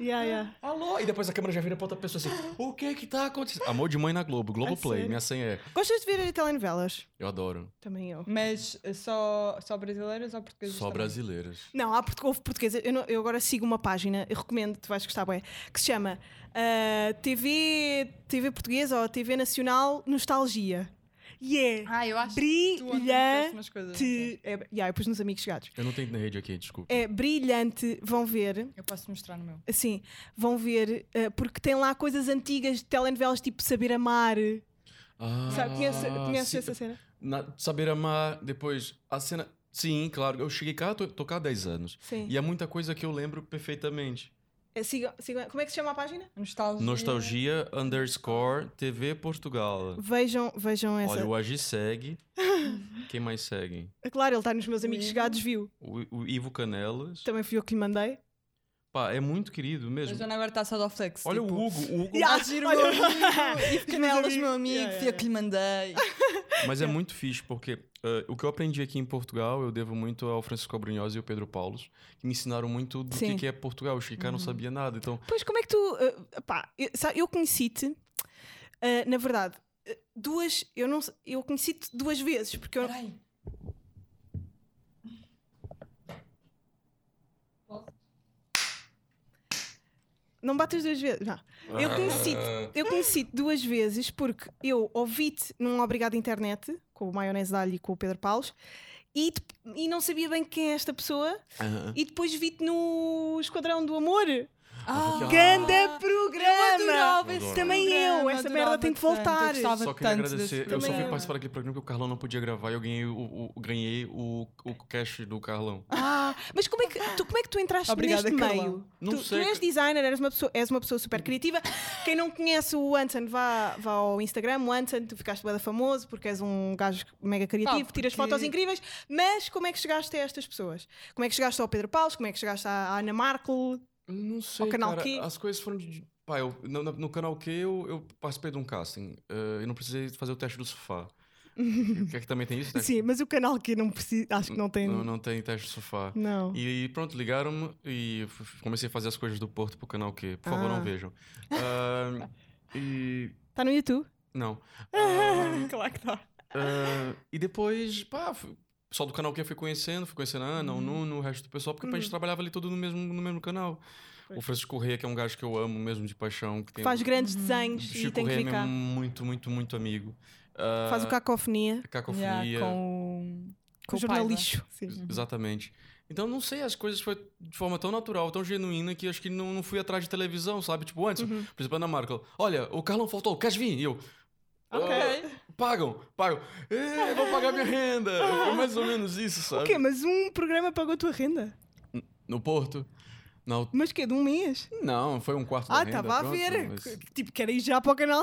S2: Yeah, yeah.
S3: Alô? E depois a câmera já vira pra outra pessoa assim, o que que tá acontecendo? Amor de mãe na Globo, Globoplay,
S2: sério?
S3: minha senha é.
S2: Gostas de ver telenovelas?
S3: Eu adoro.
S2: Também eu.
S4: Mas eh, só, só brasileiras ou portuguesas?
S3: Só
S4: também?
S3: brasileiras.
S2: Não, há portu- houve portuguesa. Eu, não- eu agora sigo uma página, eu recomendo, tu vais gostar bem, que se chama ah, TV, TV Portuguesa ou TV Nacional Nostalgia. E yeah.
S4: Ah, eu acho que tu ontem disseste
S2: brilhante.
S4: umas coisas, não sei.
S2: É, yeah, eu pus nos amigos chegados.
S3: Eu não tenho na rede aqui, desculpa.
S2: É brilhante, vão ver.
S4: Eu posso mostrar no meu.
S2: Assim, vão ver, ah, porque tem lá coisas antigas de telenovelas tipo Saber Amar.
S3: Ah,
S2: É, Sabe, conhece, conhece
S3: sim.
S2: essa cena?
S3: Na- saber amar, depois, a cena... Sim, claro, eu cheguei cá, tô, tô cá há 10 anos.
S2: Sim.
S3: E há muita coisa que eu lembro perfeitamente.
S2: É, sigam- sigam- como é que se chama a página?
S4: Nostalgia.
S3: Nostalgia underscore TV Portugal.
S2: Vejam, vejam essa.
S3: Olha, o Agi segue.
S2: [LAUGHS]
S3: Quem mais segue?
S2: É Claro, ele está nos meus amigos
S4: Ivo.
S2: chegados, viu?
S3: O, o Ivo Canelas.
S2: Também fui eu que lhe mandei.
S3: Pá, é muito querido
S4: A
S3: mesmo.
S4: Joana agora está só do flex.
S3: Olha
S4: tipo,
S3: o Hugo, o
S2: [LAUGHS] [LAUGHS]
S3: Hugo.
S2: Yeah,
S4: Ah, giro,
S2: olha-
S4: meu amigo. E canelas,
S2: amigo.
S4: meu amigo.
S2: Yeah, yeah,
S4: Fui eu que lhe mandei.
S3: Mas é muito fixe, porque eh, o que eu aprendi aqui em Portugal, eu devo muito ao Francisco Abrunhosa e ao Pedro Paulos, que me ensinaram muito do que,
S2: Sim. Uhum.
S3: que é Portugal. Eu cheguei cá e não sabia nada. Então,
S2: Pois, como é que tu. eh, pá, eu, sa- eu conheci-te, eh, na verdade, eh, duas. Eu, não se- eu conheci-te duas vezes, porque eu.
S4: Peraí.
S2: Não bates duas vezes, não. Eu
S3: Ah.
S2: conheci-te eu conheci-te duas vezes porque eu ouvi-te num Obrigado Internet, com o Maionese Dalho e com o Pedro Paulos, e, dep- e não sabia bem quem é esta pessoa,
S3: Aham.
S2: e depois vi-te no Esquadrão do Amor.
S3: Ah,
S4: Ah,
S2: Ganda programa!
S4: Eu adorava esse
S2: Também eu,
S4: programa,
S2: essa
S4: adorava
S2: merda tem que
S4: tanto,
S2: voltar.
S4: eu gostava
S3: só queria
S4: tanto desse
S3: agradecer. Eu só fui
S2: programa.
S3: participar daquele programa que o Carlão não podia gravar e eu ganhei o, o- o- ganhei o, o cash do Carlão.
S2: Ah, mas como é que tu, como é que tu entraste
S4: Obrigada,
S2: neste
S4: Carlão.
S2: meio?
S3: Não
S2: tu,
S3: sei,
S2: tu és
S3: ca-
S2: designer, eres uma pessoa, és uma pessoa super criativa. Quem não conhece o Anson, vá, vá ao Instagram. O Anson, tu ficaste bem famoso porque és um gajo mega criativo,
S4: Pá,
S2: tiras
S4: porque-
S2: fotos incríveis. Mas como é que chegaste a estas pessoas? Como é que chegaste ao Pedro Paulo? Como é que chegaste à Ana Marco?
S3: Não sei,
S2: Canal
S3: cara.
S2: Q?
S3: As coisas foram de- de... Pá, eu, no, no- no Canal Q eu, eu participei de um casting eh, e não precisei fazer o teste do sofá.
S2: [LAUGHS]
S3: Quer que também tem isso? teste?
S2: Sim, mas o canal que não precisa, acho que não tem.
S3: Não,
S2: Não.
S3: não tem teste do sofá.
S2: não.
S3: E pronto, ligaram-me e f- f- comecei a fazer as coisas do Porto pro canal Q. Por favor,
S2: Ah.
S3: não vejam. Ah, e.
S2: Está Tá no YouTube? [LAUGHS]
S3: Não. Ah,
S2: claro que tá. está.
S3: ah, e depois, pá, fui- o pessoal do canal Q eu fui conhecendo, fui conhecendo a Ana,
S2: Uhum.
S3: o Nuno, o resto do pessoal, porque a gente trabalhava ali tudo no mesmo, no mesmo canal. O Francisco Correia, que é um gajo que eu amo mesmo de paixão, que tem.
S2: Faz grandes
S3: o
S2: desenhos e
S3: Hum, Chico
S2: tem que
S3: Correia é
S2: ficar.
S3: meu muito, muito, muito amigo. Ah,
S2: Faz o cacofonia
S3: Cacofonia.
S4: Yeah, com o-
S2: com o
S4: o Paiva.
S2: jornalixo.
S3: Ex- Exatamente. Então, não sei, as coisas foi de forma tão natural, tão genuína, que acho que não, não fui atrás de televisão, sabe? Tipo, antes,
S2: Uhum.
S3: por exemplo, a Ana Marca, olha, o Carlão faltou, queres vir? E eu,
S2: Ok.
S3: "Ah, pagam, pagam, "Eh, vou pagar minha renda. Foi mais ou menos isso, sabe?
S2: O quê? Mas um programa pagou a tua renda?
S3: No Porto. Não,
S2: Mas quê? De um mês?
S3: não, foi um quarto da
S2: Ah,
S3: renda.
S2: estava a
S3: pronto,
S2: ver.
S3: mas-
S2: Que- Tipo, quero ir já para o canal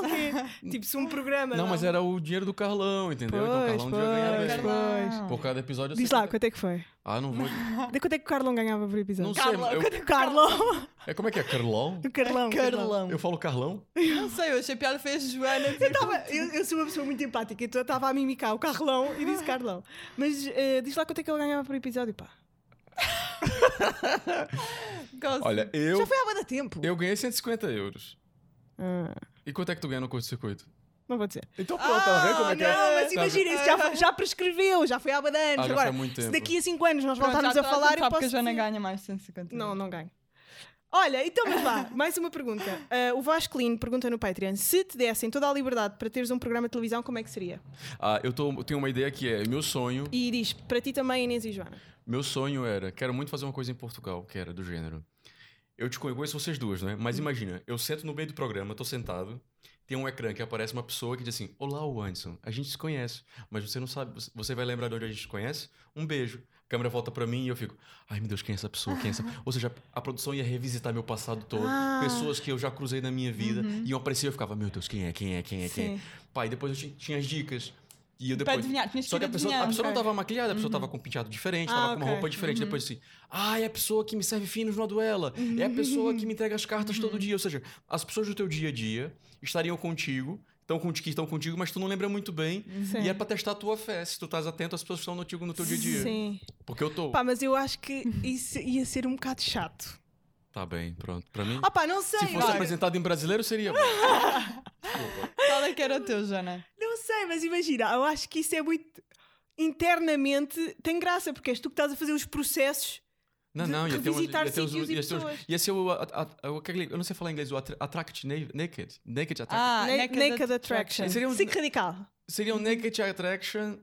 S2: Q.
S3: [LAUGHS]
S2: tipo, se um programa.
S3: Não, mas era o dinheiro do Carlão, entendeu? então o
S2: Pois,
S3: Carlão devia ganhar
S2: pois,
S3: bem.
S4: Ah.
S2: pois.
S3: Por cada episódio... eu
S2: Diz
S3: sei
S2: lá,
S3: que-
S2: quanto é que foi?
S3: Ah, não vou...
S2: De quanto é que o Carlão ganhava por episódio?
S3: Não sei, eu-
S2: Carlão!
S3: É como é que é?
S2: [LAUGHS]
S3: Carlão?
S2: O Carlão. Carlão.
S4: Carlão.
S3: Eu falo Carlão?
S4: Não sei, eu achei piada foi a Joana. [LAUGHS]
S2: Eu, tava- eu- eu sou uma pessoa muito empática, então eu estava a mimicar o Carlão e disse Carlão. Mas eh, diz lá quanto é que ele ganhava por episódio, pá.
S4: Gosto.
S3: Olha, eu...
S2: Já foi há bada tempo.
S3: Eu ganhei 150 euros.
S2: Ah,
S3: E quanto é que tu ganha no curto-circuito?
S2: não vou dizer.
S3: Então, pronto, tá vendo como é que é?
S2: Ah, não, mas
S3: Tá vendo?
S2: imagina, isso já, foi- já prescreveu, já foi há bada anos.
S3: Ah, já
S2: Agora,
S3: foi há muito
S2: se
S3: tempo.
S2: daqui a 5 anos nós
S4: Pronto,
S2: voltarmos
S4: já
S2: a
S4: toda gente
S2: falar, eu
S4: sabe que a
S2: posso
S4: Joana
S2: dizer-
S4: ganha mais de 150
S2: Não, não ganho. Olha, então mas vá, [LAUGHS] mais uma pergunta. Ah, o Vascolino pergunta no Patreon: se te dessem toda a liberdade para teres um programa de televisão, como é que seria?
S3: Ah, eu, tô- eu tenho uma ideia que é: meu sonho,
S2: E diz, para ti também, Inês e Joana.
S3: meu sonho era, quero muito fazer uma coisa em Portugal, que era do gênero. Eu te conheço vocês duas, né? Mas imagina, eu sento no meio do programa, tô sentado, tem um ecrã que aparece uma pessoa que diz assim: Olá, Wanson, a gente se conhece, mas você não sabe, você vai lembrar de onde a gente se conhece? Um beijo. A câmera volta pra mim e eu fico: Ai meu Deus, quem é essa pessoa? Quem é essa? Ou seja, a produção ia revisitar meu passado todo,
S2: Ah. Uhum.
S3: pessoas que eu já cruzei na minha vida, e eu aparecia e eu ficava: Meu Deus, quem é, quem é, quem é, quem é?
S2: Sim.
S3: Pai, depois eu ti- tinha as dicas. E eu
S4: Para
S3: depois.
S4: adivinhar, tinhas
S3: Só
S4: que
S3: que a
S4: ir
S3: pessoa, a
S4: adivinhando.
S3: pessoa não
S2: ok.
S3: tava maquilhada, a pessoa tava com um penteado diferente,
S2: Ah,
S3: tava com
S2: ok.
S3: uma roupa diferente. Depois assim, ah, é a pessoa que me serve finos na duela, é a pessoa que me entrega as cartas
S2: Uhum.
S3: todo dia. Ou seja, as pessoas do teu dia a dia estariam contigo, estão contigo, que estão contigo, mas tu não lembra muito bem.
S2: Sim.
S3: E é pra testar a tua fé, se tu estás atento às pessoas que estão contigo no teu dia a dia. Tipo-
S2: Sim.
S3: Porque eu tô.
S2: Pá, mas eu acho que isso ia ser um bocado chato.
S3: Tá bem, pronto. Pra mim,
S2: Ah pá, não sei.
S3: se fosse
S2: olha.
S3: apresentado em brasileiro, seria. bom. Desculpa.
S4: Qual é que era o teu, Jana?
S2: Não sei, mas imagina, eu acho que isso é muito... Internamente tem graça, porque és tu que estás a fazer os processos.
S3: Não,
S2: de
S3: não, ia ter, umas,
S2: revisitar
S3: ia ter uns-
S2: sítios e
S3: ia ter uns-
S2: pessoas.
S3: ia ser o. a- a- o- aquele- eu não sei falar em inglês, o attra- Attract na- Naked. Naked Attract.
S4: Ah,
S2: Na-
S4: Naked, Attraction.
S3: Seria um-
S2: Psico radical.
S3: Seria um Naked Attraction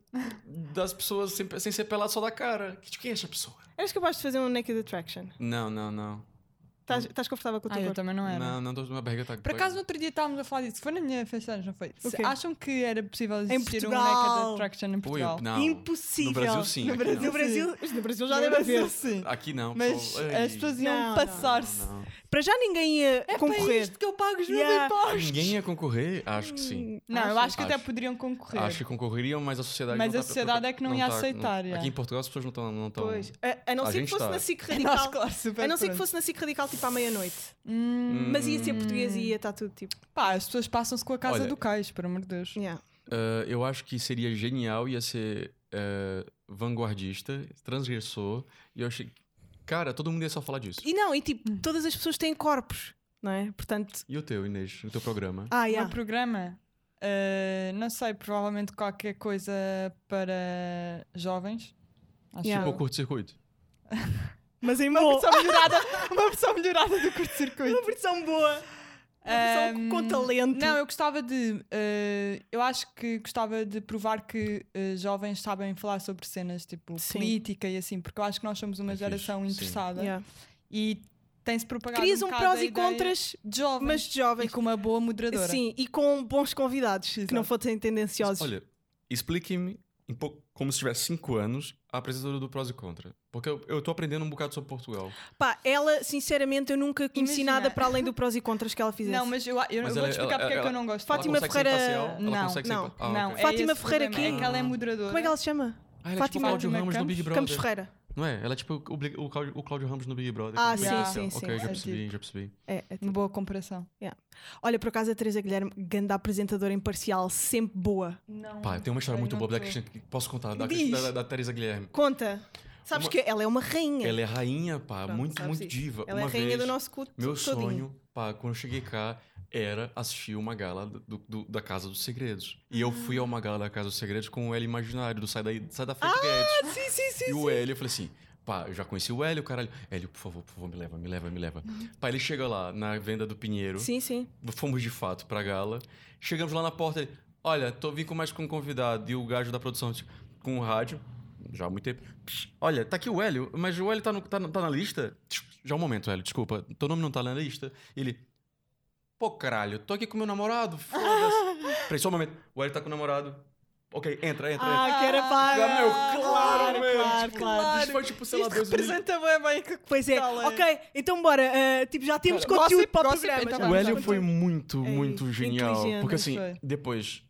S3: das pessoas sem, sem ser pelado só da cara. Que- Quem é essa pessoa?
S2: Eras capaz de fazer um naked attraction?
S3: Não, não, não.
S2: Estás estás confortável com o
S4: Ah,
S2: teu
S4: eu
S2: corpo?
S4: também não era.
S3: Não, não, tô- minha barriga tá.
S4: Por acaso, no outro dia estávamos a falar disso. Foi na minha festa de anos, não foi? Se
S2: Ok.
S4: Acham que era possível existir um
S2: Portugal.
S4: Naked Attraction em
S3: Ui,
S4: Portugal?
S3: não.
S2: Impossível.
S3: No Brasil, sim.
S2: No
S3: aqui
S2: Brasil,
S3: não.
S2: no Brasil, no Brasil já deve
S4: Era
S2: haver.
S4: assim.
S3: Aqui não.
S4: Mas
S3: pessoal. Ei,
S4: as pessoas
S2: Não,
S4: iam
S2: não,
S4: passar-se.
S3: não, não.
S2: Para já ninguém ia
S4: É para
S2: concorrer.
S4: isto que eu pago os meus
S2: Yeah.
S4: impostos.
S3: Ninguém ia concorrer? Acho que sim.
S4: Não, eu acho que até
S3: Acho.
S4: poderiam concorrer.
S3: Acho que concorreriam, mas a sociedade
S4: Mas
S3: não
S4: a
S3: tá-
S4: sociedade é que não ia aceitar, é.
S3: Aqui em Portugal as pessoas não estão. Não tão-
S2: Pois. A, [LAUGHS] a não
S3: A
S2: ser que
S3: gente
S2: fosse
S3: está.
S2: na SIC
S4: Nós,
S2: radical.
S4: claro, super
S2: A não ser que
S4: pronto.
S2: fosse na SIC radical tipo à meia-noite.
S4: Hum,
S3: Hum,
S2: Mas ia ser português e ia estar tudo tipo.
S4: pá, as pessoas passam-se com a casa
S3: Olha.
S4: do cais, por amor de Deus.
S2: Yeah.
S3: Ah, eu acho que seria genial, ia ser ah, vanguardista, transgressor, e eu achei. Cara, todo mundo ia só falar disso.
S2: E não, e tipo, todas as pessoas têm corpos, não é? Portanto.
S3: E o teu, Inês, o teu programa?
S2: Ah,
S4: O meu
S2: yeah.
S4: programa, eh, não sei, provavelmente qualquer coisa para jovens. Acho
S2: Yeah.
S3: Tipo o
S4: eu.
S3: curto-circuito.
S2: Mas em
S4: Uma
S2: bom.
S4: versão
S2: [LAUGHS]
S4: melhorada, uma versão melhorada do curto-circuito.
S2: Uma versão boa. Uma versão
S4: Ahm,
S2: com talento.
S4: Não, eu gostava de. eh, eu acho que gostava de provar que eh, jovens sabem falar sobre cenas tipo
S2: Sim.
S4: política e assim, porque eu acho que nós somos uma
S3: É fixe,
S4: geração
S3: sim.
S4: interessada
S2: Yeah.
S4: e tem-se propagado.
S2: Crias um
S4: bocado
S2: prós
S4: a
S2: e
S4: ideia
S2: contras,
S4: de jovens,
S2: mas jovens.
S4: e com uma boa moderadora.
S2: Sim, e com bons convidados que
S4: Exato.
S2: não fossem tendenciosos.
S3: Olha, explique-me, um pouco, como se tivesse 5 anos, a apresentadora do Prós e Contra. Porque eu, eu tô aprendendo um bocado sobre Portugal.
S2: Pá, ela, sinceramente, eu nunca conheci
S4: Imagina.
S2: nada para além do prós e contras que ela fizesse.
S4: Não, mas eu, eu,
S3: Mas
S4: eu vou
S3: ela-
S4: te explicar
S3: ela-
S4: porque é que eu
S3: ela-
S4: não gosto.
S3: Ela
S2: Fátima
S3: consegue ser
S2: Ferreira-
S3: imparcial? Ela
S4: Não,
S3: consegue ser
S2: não,
S3: impa- Ah,
S4: não,
S3: ok.
S4: é
S2: Fátima
S4: esse o
S2: Ferreira
S4: problema, É
S2: aqui.
S4: que ela é moderadora.
S2: Como é que ela se chama?
S3: Ah, ela é tipo o
S2: Fátima
S3: Cláudio
S4: Fátima
S3: Ramos no Big
S4: Campos-
S3: Brother.
S2: Campos Ferreira.
S3: Não é? Ela é tipo o, Big- o Cláudio, o Cláudio Ramos no Big Brother.
S2: Ah,
S3: que
S4: sim,
S3: é
S2: sim,
S3: presidencial.
S2: sim,
S3: Ok, já
S4: sim.
S3: percebi, já percebi.
S2: É, é tipo-
S4: Uma boa comparação.
S2: Olha, por acaso a Teresa Guilherme, grande apresentadora imparcial, sempre boa.
S4: Não.
S3: Pá, tem uma história muito boa da Cristina que posso contar, da, Cristina-
S2: Diz.
S3: da, da Teresa Guilherme.
S2: Conta. Sabes
S3: Uma-
S2: que ela é uma rainha.
S3: Ela é rainha, pá,
S2: Pronto,
S3: muito,
S2: sabes
S3: muito
S2: isso.
S3: diva.
S2: Ela é
S3: uma
S2: rainha
S3: vez,
S2: do nosso culto
S3: Meu
S2: todinho.
S3: sonho, pá, quando eu cheguei cá, era assistir uma gala do- do- da Casa dos Segredos. E eu fui a uma gala da Casa dos Segredos com o L imaginário, do Sai, daí, sai da Frente Guedes.
S2: Sim, sim, Ah, sim.
S3: E o Hélio, eu falei assim, pá, eu já conheci o Hélio, caralho. Hélio, por favor, por favor, me leva, me leva, me leva.
S2: Uhum.
S3: Pá, ele chega lá na venda do Pinheiro,
S2: Sim, sim.
S3: fomos de fato pra gala. Chegamos lá na porta, ele, olha, tô vindo com mais com um convidado. E o gajo da produção, tipo, com o rádio, já há muito tempo. Olha, tá aqui o Hélio, mas o Hélio tá, no- tá no- tá na lista? Já um momento, Hélio, desculpa, teu nome não tá na lista? Ele, pô, caralho, tô aqui com meu namorado, foda-se. Peraí, só um momento, o Hélio tá com o namorado. Ok, entra, entra, entra.
S2: Ah, que era
S4: Ah,
S2: para.
S3: meu, claro, meu,
S2: claro,
S3: tipo,
S2: claro.
S3: Isso foi tipo, sei lá,
S4: Isto
S3: dois minutos.
S4: representa bem bem que
S2: Pois é.
S4: Tal, é.
S2: Ok, então bora. ah, tipo, já temos
S4: Gossip,
S2: conteúdo para o
S4: gossip,
S2: programa.
S4: então
S2: já.
S3: O
S4: vamos
S3: Hélio
S4: lá.
S3: foi muito,
S2: É,
S3: muito genial.
S2: inteligente,
S3: Porque assim,
S4: foi.
S3: depois.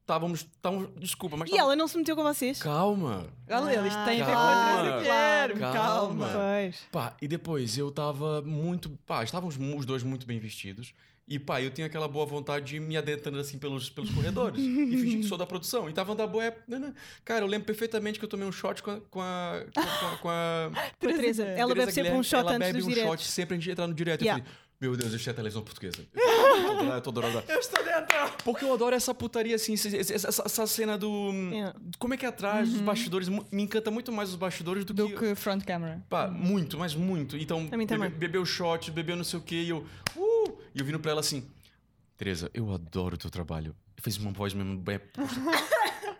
S3: Estávamos. estávamos desculpa, mas.
S2: E
S3: távamos-
S2: ela não se meteu com vocês?
S3: Calma!
S4: Galera, isto tem a ver com
S3: Calma,
S4: a Teresa Guilherme,
S3: calma.
S4: calma.
S2: Pois.
S3: Pá, e depois eu tava muito. Pá, estávamos mu- os dois muito bem vestidos. E, pá, eu tenho aquela boa vontade de ir me adentrando assim pelos, pelos corredores e fingir que sou da produção. E tava andando a boé. né, né. Cara, eu lembro perfeitamente que eu tomei um shot com a. Com a, com a- com a- com a
S2: Com a Teresa, ela
S3: Teresa
S2: bebe sempre
S3: Guilherme.
S2: um shot
S3: Ela
S2: antes
S3: bebe
S2: dos
S3: um
S2: diretos.
S3: shot sempre antes de entrar no direto.
S2: Yeah.
S3: Eu falei, meu Deus, isto é televisão
S2: [LAUGHS]
S3: portuguesa. Eu tô adorando. Eu estou dentro! Porque eu adoro essa putaria assim, esse- esse- essa, essa cena do.
S2: Yeah. Uhum.
S3: Como é que é atrás, dos bastidores. mu- Me encanta muito mais os bastidores do,
S4: Do que front camera.
S3: Pá, muito, mas muito. Então,
S2: A mim também.
S3: bebe- bebeu shot, bebeu não sei o quê, e eu. Uh! E eu vindo pra ela assim: Tereza, eu adoro o teu trabalho. Eu fiz uma voz
S2: [LAUGHS]
S3: mesmo. bem-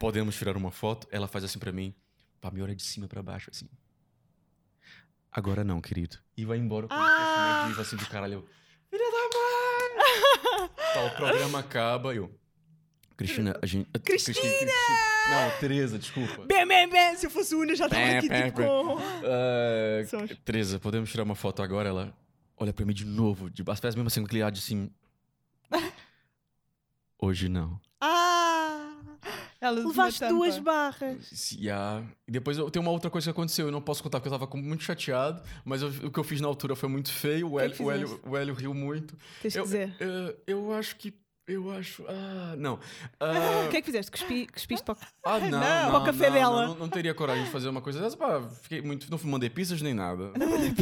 S3: Podemos tirar uma foto? Ela faz assim pra mim: pá, me olha de cima pra baixo, assim. Agora não, querido. E vai embora com o
S2: Ah!
S3: ah! diva assim de caralho. eu, Filha da mãe! tá, o programa acaba, eu. Cristina, a gente.
S2: Cristina!
S3: Não, Tereza, desculpa.
S2: Bem, bem, bem. Se eu fosse Una, já estava
S3: Bem,
S2: aqui
S3: bem,
S2: tipo
S3: bem.
S2: com.
S3: Ah,
S2: Sons.
S3: Teresa, podemos tirar uma foto agora? Ela olha pra mim de novo, de, as pés mesmo assim, com aquele ar de assim. Hoje não.
S2: Ah!
S4: Elas uma
S2: Levaste
S4: tampa.
S2: duas barras.
S3: Se- yeah. E depois eu, tem uma outra coisa que aconteceu, eu não posso contar porque eu tava com- muito chateado, mas eu- o que eu fiz na altura foi muito feio, o
S4: que
S3: Hélio,
S4: que
S3: o Hélio,
S4: fizeste?
S3: o Hélio riu muito.
S2: Tens que
S3: Eu,
S2: dizer.
S3: eh, eu acho que. Eu acho. Ah, não.
S2: O
S3: Ah,
S2: que é que fizeste? Cuspi, cuspiste para o...
S3: ah, [LAUGHS] não.
S2: Não,
S3: não,
S2: para o café
S3: não,
S2: dela.
S3: Não, não teria coragem de fazer uma coisa dessa. Pá, fiquei muito, não mandei pistas nem nada.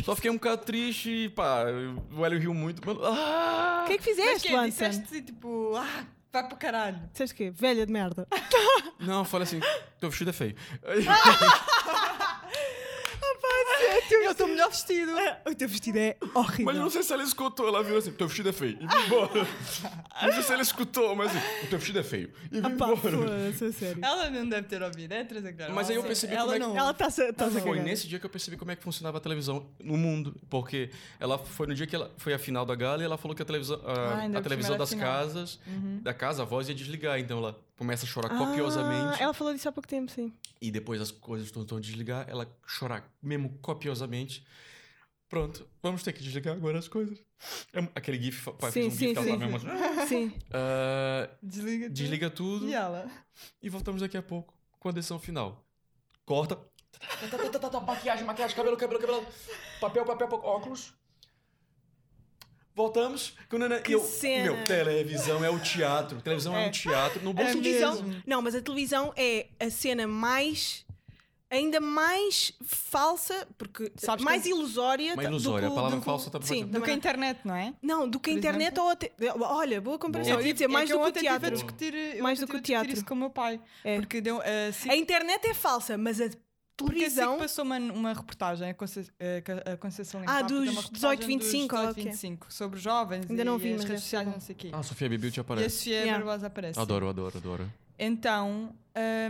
S3: Só fiquei um bocado triste e pá, o Hélio riu muito. mas- Ah!
S2: O que é que
S4: Mas
S2: fizeste,
S4: que é,
S2: Lança?
S4: disseste tipo, ah, vai para o caralho.
S2: Disseste quê? Velha de merda.
S3: Não, eu falei assim, teu vestido é feio.
S4: Eu estou melhor vestido.
S2: [LAUGHS] o teu vestido é horrível.
S3: Mas eu não sei se ela escutou. Ela viu assim, teu vestido é feio. E foi embora. Não sei se ela escutou, mas assim, o teu vestido é feio. E foi
S2: Ah pá,
S3: embora.
S2: foda-se, a sério.
S4: Ela não deve ter ouvido, é transagrada.
S3: Mas aí eu percebi como é que-
S2: Ela está a tá
S3: Foi nesse dia que eu percebi como é que funcionava a televisão no mundo. Porque ela foi no dia que ela foi a final da gala e ela falou que a televisão,
S4: Ah,
S3: a,
S4: ainda
S3: a
S4: por
S3: televisão
S4: cima era
S3: das
S4: final.
S3: casas,
S4: Uhum.
S3: da casa, a voz ia desligar. Então ela começa a chorar
S2: Ah,
S3: copiosamente.
S2: ela falou disso há pouco tempo, [LAUGHS] sim.
S3: E depois as coisas tentam desligar, ela chorar mesmo copiosamente. Pronto, vamos ter que desligar agora as coisas. É um- Aquele gif, fa- faz
S2: Sim,
S3: um
S2: sim,
S3: gif que ela
S2: sim,
S3: tá mesmo
S2: sim.
S3: assim.
S2: Sim.
S3: Ah,
S4: Desliga. tudo.
S3: Desliga tudo
S4: E ela?
S3: e voltamos daqui a pouco com a decisão final. Corta. Tá, tá, tá, tá, tá, Maquiagem, maquiagem, cabelo, cabelo, cabelo. Papel, papel, papel, óculos. Voltamos. com o Nenê.
S2: Que
S3: eu,
S2: cena.
S3: Meu, televisão é o teatro. Televisão é,
S2: É.
S3: um teatro. No bom
S4: É
S3: sentido.
S2: televisão.
S4: mesmo.
S2: Não, mas a televisão é a cena mais. Ainda mais falsa, porque
S4: Sabes
S2: mais
S4: que- é
S2: ilusória.
S3: Mais
S2: do que
S3: ilusória,
S2: o-
S3: a palavra
S2: do que o-
S3: falsa tá-
S2: Sim,
S4: Do que a internet, não é?
S2: Não, do que a
S4: Por
S2: internet
S4: exemplo?
S2: ou até. Olha, boa comparação.
S3: Boa.
S2: Eu ia dizer
S4: É
S2: mais
S4: que
S2: do
S4: eu
S2: que o
S4: ontem tive
S2: teatro.
S4: a discutir, eu
S2: Mais
S4: ontem
S2: do que o
S4: tive a discutir
S2: teatro.
S4: isso com o meu pai.
S2: É.
S4: Porque deu. eh, se-
S2: A internet é falsa, mas a
S4: porque assim que
S2: televisão.
S4: passou uma, uma reportagem, a Conce- eh, que a- a Conceição
S2: Ah,
S4: Limpato deu uma
S2: dos
S4: reportagem
S2: 18, 25,
S4: dos
S2: ou
S4: 18,
S2: o quê?
S4: 25, sobre jovens
S2: Ainda
S4: e
S2: não vi, mas
S4: as
S2: deve
S4: redes
S2: ser
S4: sociais,
S2: bom.
S4: não sei o quê.
S3: Ah, Sofia Bibi te
S4: e a
S3: aparece.
S4: Sofia
S2: Yeah.
S4: Barbosa aparece.
S3: Adoro, adoro, adoro.
S4: Então,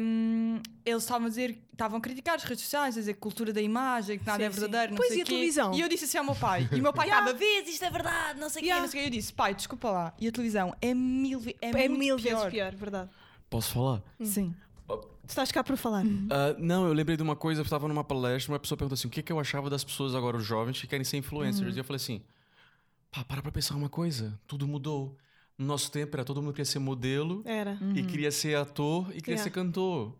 S4: hum, eles estavam a dizer, estavam a criticar as redes sociais, a dizer que cultura da imagem, que nada
S2: Sim,
S4: é
S2: sim.
S4: verdairo, não
S2: Pois
S4: sei
S2: e a
S4: quê.
S2: televisão?
S4: E eu disse assim ao meu pai, e o meu
S2: [LAUGHS]
S4: pai
S2: Yeah.
S4: estava, vês, isto é verdade, não sei o quê,
S2: Yeah.
S4: não sei o quê. Eu disse, pai, desculpa lá, e a televisão é mil, ve- é
S2: É
S4: muito
S2: mil
S4: pior.
S2: vezes pior, verdade.
S3: Posso falar?
S4: Sim.
S2: Tu estás cá para falar.
S4: Hum.
S3: Ah, não, eu lembrei de uma coisa, eu estava numa palestra, uma pessoa perguntou assim: o que, que eu achava das pessoas agora, os jovens, que querem ser influencers? E eu falei assim: pá, para pra pensar uma coisa, tudo mudou. No nosso tempo era todo mundo queria ser modelo
S2: Era.
S4: Hum.
S3: e queria ser ator e queria
S2: Yeah.
S3: ser cantor.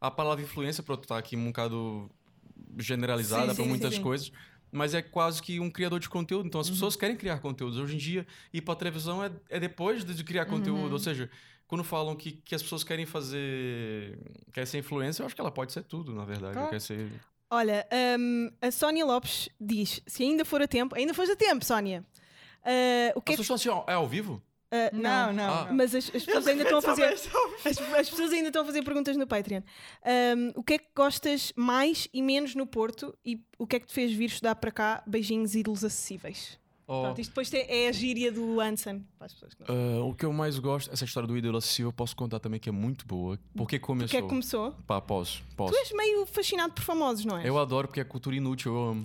S3: A palavra influência, para eu estar aqui um bocado generalizada
S4: Sim,
S3: para
S4: sim,
S3: muitas
S4: sim.
S3: coisas, mas é quase que um criador de conteúdo. Então as pessoas querem criar conteúdos. Hoje em dia, ir para televisão é, é depois de de criar conteúdo. Ou seja, quando falam que, que as pessoas querem fazer. querem ser influencer, eu acho que ela pode ser tudo, na verdade.
S4: Claro.
S3: Quer ser...
S2: Olha, hum, a Sónia Lopes diz: se ainda for a tempo, ainda fores a tempo, Sónia. Ah, o que é
S3: As
S2: que.
S3: pessoas assim, ó, é ao vivo?
S2: ah,
S4: Não, não,
S3: Ah.
S4: não.
S2: Mas as, as pessoas ainda estão
S4: [LAUGHS]
S2: a fazer. As, as pessoas ainda estão a fazer perguntas no Patreon. Ahm, o que é que gostas mais e menos no Porto? E o que é que te fez vir estudar para cá? Beijinhos, ídolos acessíveis.
S3: Ó,
S2: Pronto, isto depois tem- é a gíria do Anson. Para as pessoas que não sabem.
S3: ah, o que Oh. eu mais gosto, essa história do ídolo acessível, eu posso contar também que é muito boa. Porque
S2: O que é
S3: começou.
S2: que começou?
S3: Pá, posso, posso.
S2: Tu és meio fascinado por famosos, não é?
S3: Eu adoro porque é cultura inútil, eu amo.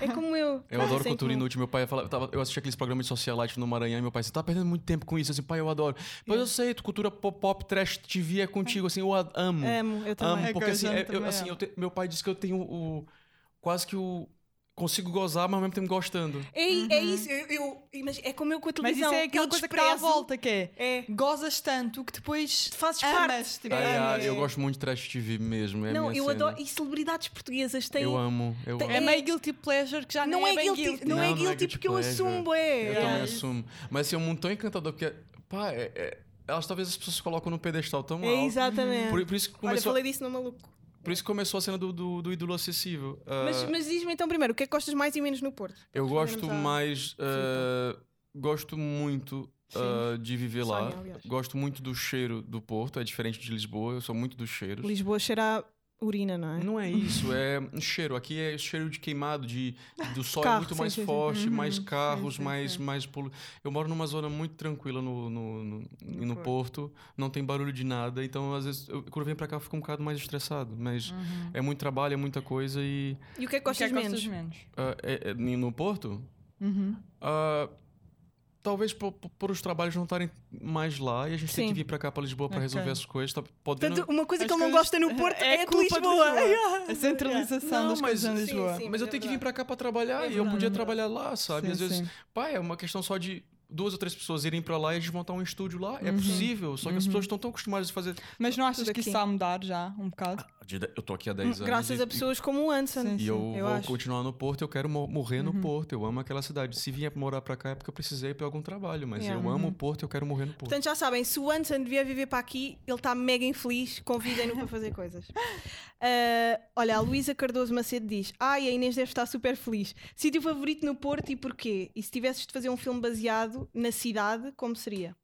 S2: É como eu.
S3: Eu adoro cultura inútil. Meu pai fala, tava- eu assisti aqueles programas de socialite no Maranhão e meu pai disse: tá perdendo muito tempo com isso. Assim, pai, eu adoro. Mas eu sei, tu cultura pop, pop, trash TV é contigo. Assim, eu a- amo.
S2: Amo, eu também.
S3: amo,
S4: É
S3: porque
S4: que eu
S3: assim,
S4: já
S3: é- eu-
S4: também
S3: assim,
S4: amo.
S3: eu te- meu pai disse que eu tenho o. quase que o. consigo gozar, mas ao mesmo tempo gostando.
S2: É, é isso, eu, eu- mas é como eu com a
S4: Uhum. Mas
S2: televisão.
S4: isso é
S2: eu
S4: aquela coisa que dá à
S2: desprezo.
S4: volta, que é,
S2: É.
S4: gozas tanto que depois
S2: Fazes
S4: amas,
S2: parte.
S4: tipo,
S3: Ah, é,
S4: amas.
S3: ah, eu gosto muito de trash TV mesmo. É a
S2: Não,
S3: minha
S2: eu
S3: cena.
S2: adoro. E celebridades portuguesas têm.
S3: Eu amo, eu
S2: Tem-
S4: É
S3: amo.
S4: meio guilty pleasure que já
S2: Não
S4: nem
S2: é
S4: bem
S2: guilty, não,
S3: Não,
S2: é
S3: não é
S2: guilty
S3: guilty
S2: porque eu
S3: pleasure.
S2: assumo,
S3: Eu
S2: é.
S3: também
S4: É.
S3: assumo. Mas assim, é um mundo tão encantador porque. pá, é- é- elas talvez as pessoas se colocam num pedestal tão
S2: É,
S3: alto.
S2: exatamente.
S3: Por, por isso que
S2: Olha,
S3: começou,
S2: falei disso no maluco.
S3: por isso que começou a cena do, do, do ídolo acessível. Ah,
S2: Mas, mas diz-me então primeiro, o que é que gostas mais e menos no Porto?
S3: Eu gosto
S2: Podemos, ah,
S3: mais. eh, gosto muito eh, de viver lá.
S2: Sonho, aliás.
S3: gosto muito do cheiro do Porto. É diferente de Lisboa. Eu sou muito dos cheiros.
S2: Lisboa né? cheira a urina, não é?
S3: Não
S2: [LAUGHS]
S3: é isso, é um cheiro. Aqui é cheiro de queimado, de, do sol
S2: Carro,
S3: é muito
S2: sim,
S3: mais
S2: sim, sim.
S3: forte, mais
S4: Uhum,
S3: carros,
S4: sim, sim,
S3: mais.
S4: sim.
S3: mais polu... Eu moro numa zona muito tranquila no, no, no, no,
S4: Porto.
S3: Porto, não tem barulho de nada, então às vezes eu, quando eu venho pra cá eu fico um bocado mais estressado, mas
S2: Uhum.
S3: é muito trabalho, é muita coisa e.
S2: E o que é que gostas menos? Uhum.
S3: ah, é- é- no Porto? Ah, talvez por, por- por os trabalhos não estarem mais lá e a gente tem
S2: Sim.
S3: que vir para cá para Lisboa para
S4: Ok.
S3: resolver as coisas. Tá podendo...
S2: Portanto, uma coisa
S4: As
S2: que eu não
S4: coisas-
S2: gosto no Porto é,
S4: é
S2: a de
S4: culpa
S2: Lisboa.
S4: de
S2: [LAUGHS]
S4: Lisboa. A centralização
S3: Não,
S4: das
S3: mas-
S4: coisas em
S2: Sim,
S4: Lisboa.
S2: sim.
S3: Ah, mas eu
S2: é
S3: tenho
S2: verdade.
S3: que vir para cá para trabalhar
S2: É
S3: e eu
S2: verdade,
S3: podia
S2: é
S3: trabalhar lá, sabe?
S4: Sim,
S3: Às vezes,
S4: sim.
S3: pá, é uma questão só de duas ou três pessoas irem para lá e desmontar um estúdio lá.
S2: Uhum.
S3: É possível, só que as pessoas estão tão acostumadas a fazer.
S4: Mas não achas
S2: Tudo
S4: que isso
S2: aqui.
S4: está a mudar já um bocado?
S3: De- Eu tô aqui há 10 anos.
S2: Hum, Graças
S3: e-
S2: a pessoas como o Anson.
S4: Sim.
S3: E eu
S2: eu
S3: vou
S2: acho. Uhum.
S3: continuar no Porto, eu quero mo- morrer no Porto. Eu amo aquela cidade. Se vier morar pra cá é porque eu precisei por algum trabalho, mas
S2: Yeah.
S3: eu amo o Porto, eu quero morrer no Porto.
S2: Portanto, já sabem, se o Anson devia viver para aqui, ele está mega infeliz, convidem-no para fazer [LAUGHS] coisas. Ah, olha, a Luísa Cardoso Macedo diz: Ai, a Inês deve estar super feliz. Sítio favorito no Porto e porquê? E se tivesses de fazer um filme baseado na cidade, como seria?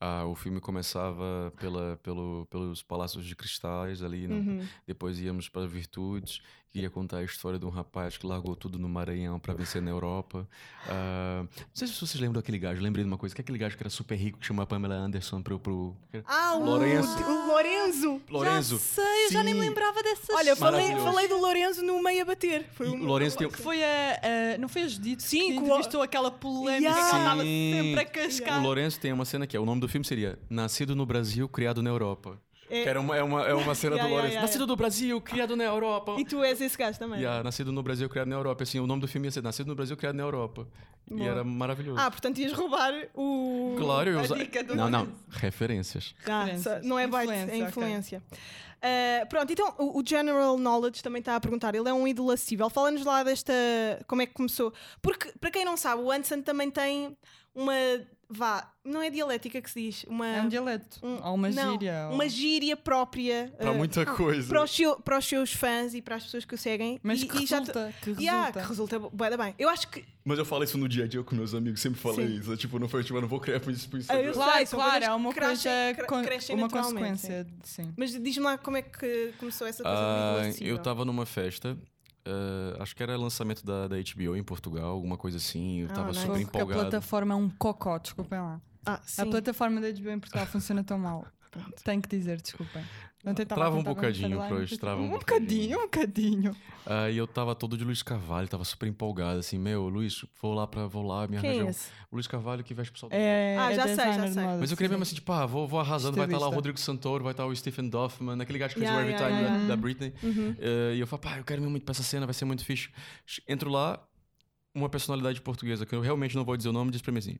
S3: Ah, o filme começava pela, pelo, pelos Palácios de Cristais ali, né?
S2: Uhum.
S3: depois íamos para Virtudes, que ia contar a história de um rapaz que largou tudo no Maranhão para vencer na Europa. Ah, não sei se vocês lembram daquele gajo, lembrei de uma coisa, que é aquele gajo que era super rico, que chamava Pamela Anderson pro... pro...
S2: Ah, o
S3: Lourenço.
S2: o Lourenzo!
S3: Lorenzo.
S4: sei,
S3: eu já nem me Sim.
S4: lembrava dessas.
S2: Olha, eu falei,
S3: Maravilhoso.
S2: falei do Lourenço no meio a bater.
S3: E
S2: Foi
S3: o
S2: um-
S3: Lourenço tem...
S4: Foi a, a- Não foi a Judite
S2: Sim,
S4: que
S2: com a-
S4: entrevistou aquela polêmica
S2: Yeah.
S4: que ela estava
S3: Sim.
S4: sempre a
S3: O
S4: cascar.
S3: Lourenço tem uma cena que é, o nome do filme seria Nascido no Brasil, criado na Europa.
S2: É.
S3: Que era uma, é uma, é uma
S2: [LAUGHS]
S3: cena
S2: Yeah, yeah,
S3: do Lourenço.
S2: yeah,
S3: Nascido no Brasil, criado na Europa.
S2: E tu és esse gajo também.
S3: Yeah, nascido no Brasil, criado na Europa. Assim, o nome do filme ia ser Nascido no Brasil, criado na Europa.
S2: Boa.
S3: E era maravilhoso.
S2: Ah, portanto ias roubar o.
S3: claro, eu
S4: a
S3: usa...
S4: dica do
S3: Não, não.
S4: Lourenço.
S3: Referências.
S2: Ah,
S4: Referências.
S2: só- não é byte, é
S4: Influência, ok.
S2: influência. Ah, pronto, então o, o General Knowledge também está a perguntar. Ele é um ídolo acessível. Fala-nos lá desta. Como é que começou? Porque, para quem não sabe, o Anson também tem uma. Vá, não é dialética que se diz. Uma,
S4: É um dialeto.
S2: um-
S4: ou uma
S2: não,
S4: gíria. ou-
S2: Uma gíria própria.
S3: Pra
S2: ah,
S3: muita coisa.
S2: para, os seu- para os seus fãs e para as pessoas que o seguem.
S4: Mas
S2: e,
S4: que,
S2: e já
S4: resulta, que
S2: te-
S4: resulta.
S2: Yeah, que resulta bué da bem. Eu acho que.
S3: Mas eu falo isso no dia a dia com meus amigos, sempre falei
S2: Sim.
S3: isso. Tipo, não foi, tipo, eu não vou criar isso pro
S2: Instagram. Eu
S4: Claro,
S2: sei, são
S4: claro,
S2: coisas
S4: é uma
S2: que crescem-
S4: coisa.
S2: cre-
S4: con-
S2: crescem
S4: uma
S2: naturalmente,
S4: consequência, sim.
S2: Mas diz-me lá como é que começou essa coisa do ídolo acessível.
S3: Ah, eu tava numa festa. ah, acho que era lançamento da, da HBO em Portugal, alguma coisa assim. Eu
S2: Ah,
S3: tava
S2: nice.
S3: super
S4: Porque a
S3: empolgado.
S4: plataforma é um cocó, desculpem lá.
S2: Ah,
S4: A
S2: sim.
S4: plataforma da HBO em Portugal funciona tão mal. Tenho que dizer, desculpem. Não tentava
S3: Trava um
S4: tentar
S3: bocadinho
S4: avançar lá,
S3: para
S4: não
S3: hoje,
S4: sei-
S3: trava um
S4: um bocadinho. Um bocadinho.
S3: Aí eu tava todo de Luiz Carvalho, tava super empolgado, assim, meu, Luiz, vou lá pra, vou lá, me
S2: Quem é
S3: arranjar. um-
S2: esse?
S3: O Luiz Carvalho que veste o pessoal do
S4: É,
S2: Ah,
S4: é
S2: já sei, já
S4: designer de
S2: sei.
S4: moda,
S3: Mas eu queria
S4: sim.
S3: mesmo assim, tipo, ah, vou, vou arrasando, vai estar lá o
S4: Entrevista.
S3: Rodrigo Santoro, vai estar o Stephen Doffman, aquele gajo que fez
S2: Yeah,
S3: o Every
S2: yeah,
S3: Time
S2: yeah.
S3: Da, da Britney.
S2: Uhum.
S3: Eh, e eu falo, pá, eu quero mesmo muito pra essa cena, vai ser muito fixe. Entro lá, uma personalidade portuguesa, que eu realmente não vou dizer o nome, diz pra mim assim,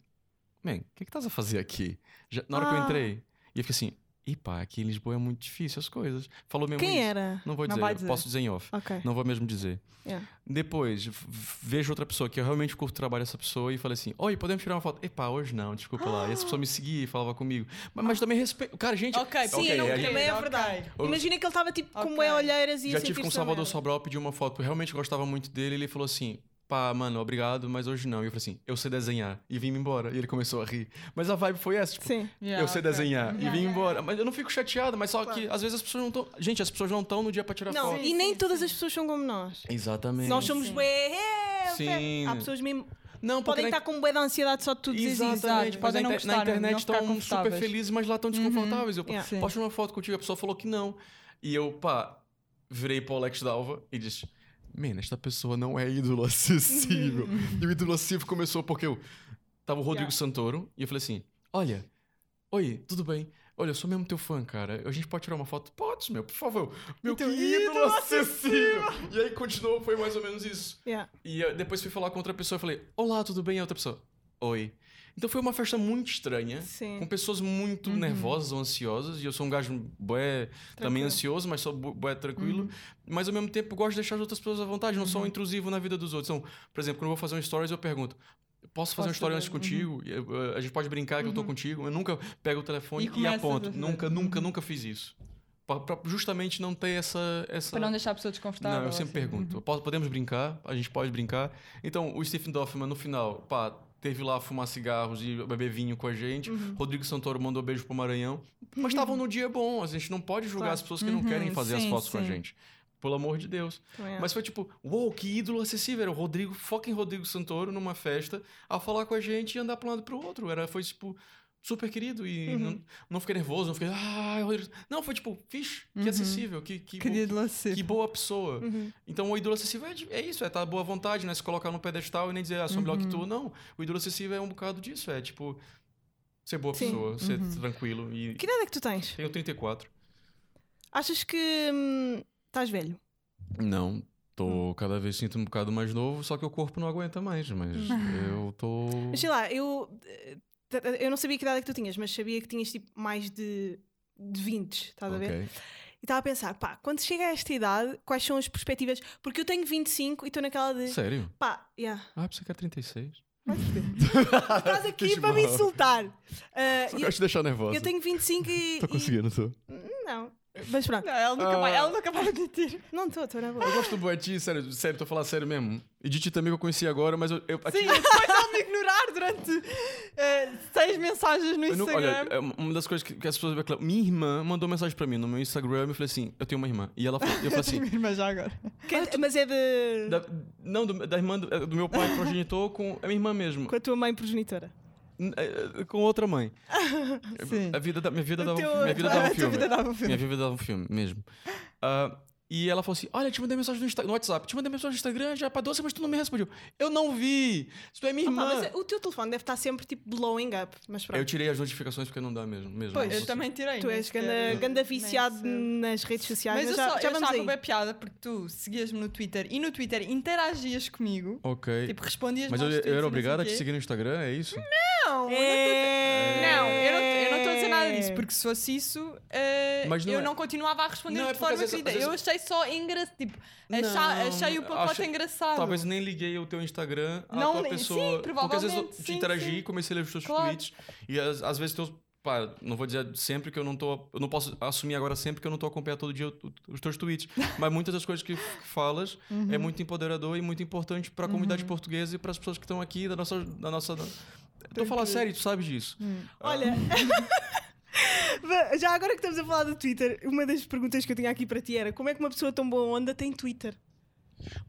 S3: man, o que que estás a fazer aqui? Já- na hora que eu
S2: Ah.
S3: entrei, e eu fiquei assim, e pá, aqui em Lisboa é muito difícil as coisas. Falou mesmo
S2: Quem
S3: isso.
S2: era?
S3: Não vou
S4: Não
S3: dizer,
S4: vai
S3: eu
S4: dizer.
S3: posso dizer em off.
S2: Ok. É.
S3: Não vou mesmo dizer.
S2: Yeah.
S3: Depois, v- vejo outra pessoa que eu realmente curto o trabalho dessa pessoa e falei assim: Oi, podemos tirar uma foto? Epa, hoje não, desculpa lá. E essa pessoa me seguia e falava comigo. Mas, mas também respeito. Cara, gente.
S4: Ok,
S2: Sim,
S4: Ok,
S2: não,
S3: a
S4: queria.
S3: gente-
S2: também é
S4: ok.
S2: verdade.
S3: Eu-
S2: Imagina que ele estava tipo com
S4: Ok.
S2: bué olheiras e assim, tipo,
S3: já
S2: a
S3: tive com
S2: sentir-se
S3: o Salvador
S2: merda.
S3: Sobral pedi uma foto, porque eu realmente gostava muito dele. E ele falou assim: Pá, mano, obrigado, mas hoje não. E eu falei assim: Eu sei desenhar. E vim embora. E ele começou a rir. Mas a vibe foi essa, tipo.
S2: Sim.
S4: Yeah,
S3: eu sei
S4: ok.
S3: desenhar e
S4: Yeah,
S3: vim
S4: yeah,
S3: embora. Mas eu não fico chateado, mas só
S2: Claro.
S3: que às vezes as pessoas não estão. Gente, as pessoas não estão no dia pra tirar
S2: Não,
S3: foto.
S2: e
S4: Sim,
S2: nem
S4: sim,
S2: todas as pessoas são como nós.
S3: Exatamente.
S2: Nós somos
S4: Sim.
S2: bué. é,
S3: Sim.
S2: fé. Há pessoas mesmo.
S3: Não, porque
S2: Podem tá
S3: na-
S2: estar com bué de ansiedade só de tu dizes isso. Ah,
S4: Exato.
S3: Exatamente, mas
S4: Podem
S3: na,
S4: não
S3: inter- na
S4: gostar,
S3: internet
S4: não ficar
S3: estão super
S4: confortáveis. Uhum,
S3: felizes, mas lá estão desconfortáveis. Eu
S2: Yeah.
S4: Sim.
S3: posto uma foto contigo, a pessoa falou que não. E eu, pá, virei pro Alex Dalva e disse: Mano, esta pessoa não é ídolo
S4: [LAUGHS]
S3: acessível. e o ídolo acessível começou porque eu tava o Rodrigo
S4: Yeah.
S3: Santoro e eu falei assim: Olha, oi, tudo bem? Olha, eu sou mesmo teu fã, cara. A gente pode tirar uma foto? Podes, meu, por favor. Meu
S2: Então,
S3: querido
S2: ídolo
S3: acessível. E aí continuou, foi mais ou menos isso.
S2: Yeah.
S3: E eu- depois fui falar com outra pessoa e falei: Olá, tudo bem? E a outra pessoa: Oi. Então foi uma festa muito estranha,
S2: Sim.
S3: com pessoas muito
S4: Uhum.
S3: nervosas ou ansiosas. E eu sou um gajo bué, também ansioso, mas sou bu- bué
S4: Uhum.
S3: tranquilo. Mas ao mesmo tempo gosto de deixar as outras pessoas à vontade, não sou intrusivo na vida dos outros. Então, por exemplo, quando eu vou fazer um stories, eu pergunto. Posso fazer um
S4: Posso
S3: story antes
S4: fazer, Uhum.
S3: contigo? E, uh, A gente pode brincar que eu tô contigo. Eu nunca pego o telefone
S4: E
S3: e,
S4: começa a
S3: aponto.
S4: fazer. Uhum.
S3: Nunca, nunca, nunca fiz isso. Pra, pra justamente não ter essa. essa...
S4: Para não deixar a pessoa desconfortável.
S3: Não, eu sempre
S4: assim.
S3: pergunto. "Po- Podemos brincar? A gente pode brincar. Então, o Stephen Doffman, no final, pá, teve lá fumar cigarros e beber vinho com a gente.
S4: Uhum.
S3: Rodrigo Santoro mandou beijo pro Maranhão. Mas estavam no dia bom. A gente não pode julgar
S2: Claro.
S3: as pessoas que não querem
S4: Uhum,
S3: fazer as
S4: sim,
S3: fotos com a
S4: sim.
S3: gente. Pelo amor de Deus.
S2: Também é.
S3: Mas foi tipo, uou, que ídolo acessível. Era o Rodrigo, fucking Rodrigo Santoro, numa festa, a falar com a gente e andar pra um lado e pro outro. Era, foi tipo, super querido.
S4: Uhum.
S3: E não, não fiquei nervoso, não fiquei, ah, Rodrigo. Não, foi tipo, vixe,
S4: Uhum.
S3: que acessível, que, que,
S4: Queria de lacer.
S3: que boa pessoa.
S2: Uhum.
S3: Então o ídolo acessível é, de- é isso, é tá boa vontade, né? Se colocar no pedestal e nem dizer, ah, sou
S2: Uhum.
S3: melhor que tu. Não, o ídolo acessível é um bocado disso, é tipo, ser boa
S2: Sim. uhum.
S3: pessoa, ser tranquilo. E
S2: Que idade é que tu tens?
S3: tenho 34.
S2: Achas que hum, estás velho?
S3: Não, Tô, Cada vez sinto um bocado mais novo, só que o corpo não aguenta mais,
S2: [LAUGHS]
S3: mas eu tô.
S4: Hum.
S2: Mas sei lá, eu, eh, t- eu não sabia que idade é que tu tinhas, mas sabia que tinhas tipo mais de, de 20, estás a ver?
S3: Ok.
S2: E estava a pensar, pá, quando chega a esta idade, quais são as perspectivas? Porque eu tenho 25 e estou naquela de.
S3: [LAUGHS] Sério?
S2: Pá, yeah.
S3: Ah, pensei que era 36.
S2: vai te
S4: [LAUGHS]
S2: foder. Estás aqui para me insultar. Ah,
S3: Só
S2: e-
S3: quero te deixar nervosa.
S2: eu tenho 25 e.
S3: Tô
S2: e
S3: conseguindo, tô.
S2: não. Mas pronto,
S4: Não, ela nunca,
S3: Ah.
S4: vai, ela nunca vai admitir.
S2: não estou, estou na boa.
S3: Eu gosto do Boeti, sério, sério, tô falando sério mesmo. E de ti também que eu conheci agora, mas eu. eu a
S4: Sim,
S3: Ti-
S4: depois ela me ignorar durante eh, seis mensagens no
S3: eu não- olha,
S4: Instagram.
S3: é uma- uma das coisas que, que as pessoas reclamam. Minha irmã mandou mensagem pra mim no meu Instagram e falei assim: eu tenho uma irmã. E ela falou, eu falei
S4: [LAUGHS]
S3: assim:
S4: Minha irmã já agora.
S2: Que- mas é de.
S3: da- não, do, da irmã do, é, do meu pai progenitor com a minha irmã mesmo,
S2: Com a tua mãe progenitora.
S3: N- eh, com outra mãe.
S4: [LAUGHS] Sim.
S3: A vida da, minha vida
S2: O
S3: dava,
S2: teu-
S3: minha vida
S2: a
S4: [LAUGHS]
S3: dava um
S2: tua
S3: filme.
S4: vida dava um filme.
S3: Minha vida dava um filme mesmo. Ah, e ela falou assim: Olha, te mandei mensagem no, Insta- no WhatsApp, te mandei mensagem no Instagram já pra doce, mas tu não me respondeu. Eu não vi! Isso tu é minha
S2: Ah, pá,
S3: irmã.
S2: mas o teu telefone deve estar sempre tipo blowing up. Mas pronto.
S3: Eu tirei as notificações porque não dá mesmo.
S2: Pois,
S3: mesmo. Não
S4: é- Eu
S3: consigo.
S4: também tirei.
S2: Tu
S4: nem
S2: és
S4: sequer-
S2: ganda, ganda
S4: nem
S2: viciado
S4: sei.
S2: nas redes sociais.
S4: Mas
S2: mas
S4: eu
S2: já,
S4: só
S2: já
S4: eu
S2: vamos
S4: achava
S2: aí.
S4: bem piada porque tu seguias-me no Twitter e no Twitter interagias comigo.
S3: Ok.
S4: Tipo, respondias
S3: mas eu,
S4: aos
S3: eu
S4: tweets e
S3: era
S4: não
S3: obrigado a
S4: sei
S3: te
S4: o quê.
S3: seguir no Instagram, é isso?
S4: Não, Não, eu não- eu não estou a dizer
S2: É.
S4: nada disso, porque se fosse isso, eh,
S3: Mas não
S4: eu
S3: é-
S4: não continuava a responder
S3: Não, é
S4: de
S3: porque às
S4: forma
S3: vezes-
S4: querida.
S3: às vezes-
S4: Eu achei só engraçado. Tipo, achar-
S3: Não,
S4: achei o pacote
S3: acho-
S4: engraçado.
S3: Talvez nem liguei o teu Instagram à
S4: Não,
S3: tua
S4: nem-
S3: pessoa.
S4: sim,
S3: porque às vezes eu
S4: provavelmente,
S3: te
S4: sim,
S3: interagi,
S4: sim.
S3: comecei a ler os teus
S4: Claro.
S3: tweets. E às, às vezes teus. Pá, não vou dizer sempre que eu não tô. Eu não posso assumir agora sempre que eu não tô acompanhando todo dia o- os teus
S4: [LAUGHS]
S3: tweets. Mas muitas das coisas que, f- que falas
S4: Uhum.
S3: é muito empoderador e muito importante pra comunidade portuguesa e pras pessoas que estão aqui da nossa. Da nossa Tô falando sério, tu sabes disso.
S4: Hum.
S3: Ah,
S2: Olha. Já agora que estamos a falar do Twitter, uma das perguntas que eu tinha aqui para ti era como é que uma pessoa tão boa onda tem Twitter?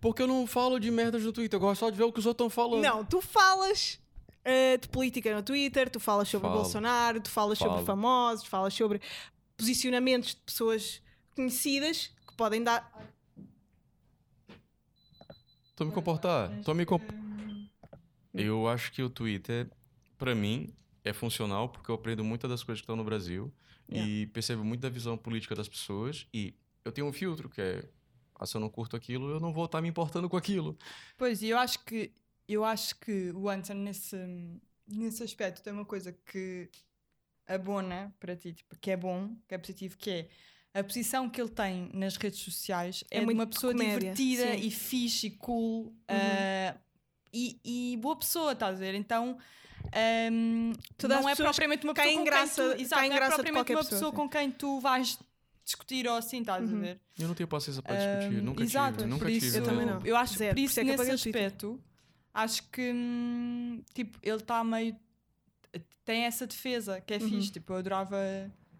S3: Porque eu não falo de merdas no Twitter, eu gosto só de ver o que os outros estão falando.
S2: Não, tu falas eh, de política no Twitter, tu falas sobre
S3: Falo.
S2: Bolsonaro, tu falas sobre
S3: Falo.
S2: famosos, falas sobre posicionamentos de pessoas conhecidas que podem dar.
S3: Tô me comportar. Tô me comp... Eu acho que o Twitter, pra mim, é funcional porque eu aprendo muitas das coisas que estão no Brasil
S4: É.
S3: e percebo muito da visão política das pessoas e eu tenho um filtro que é ah, se eu não curto aquilo, eu não vou estar me importando com aquilo.
S4: Pois, e eu acho que eu acho que o Anson nesse, nesse aspecto tem uma coisa que abona para ti, tipo, que é bom, que é positivo, que é a posição que ele tem nas redes sociais
S2: É
S4: é, de
S2: muito
S4: uma
S2: de
S4: pessoa
S2: comédia,
S4: divertida
S2: sim. Uhum.
S4: e fixe e cool ah, e, e boa pessoa, estás a ver? Então ahm,
S2: Todas
S4: não
S2: as
S4: é
S2: pessoas
S4: propriamente uma pessoa
S2: caem
S4: com
S2: graça-
S4: quem tu, exato,
S2: caem
S4: não é
S2: graça de
S4: propriamente
S2: qualquer
S4: uma
S2: pessoa,
S4: pessoa,
S2: sim.
S4: com quem tu vais discutir ou assim, estás
S2: Uhum.
S4: a ver?
S3: Eu não tenho paciência pra discutir,
S4: Ahm,
S3: nunca
S4: exato,
S3: tive, nunca
S4: por
S3: tive.
S4: isso,
S2: Eu também não.
S3: mesmo.
S4: Eu acho
S2: Zero,
S4: que por
S2: por isso
S4: isso,
S2: é que eu
S4: nesse
S2: apaguei o Twitter.
S4: aspecto, acho que hum, tipo, ele está meio. tem essa defesa que é
S2: Uhum.
S4: fixe. Tipo, eu adorava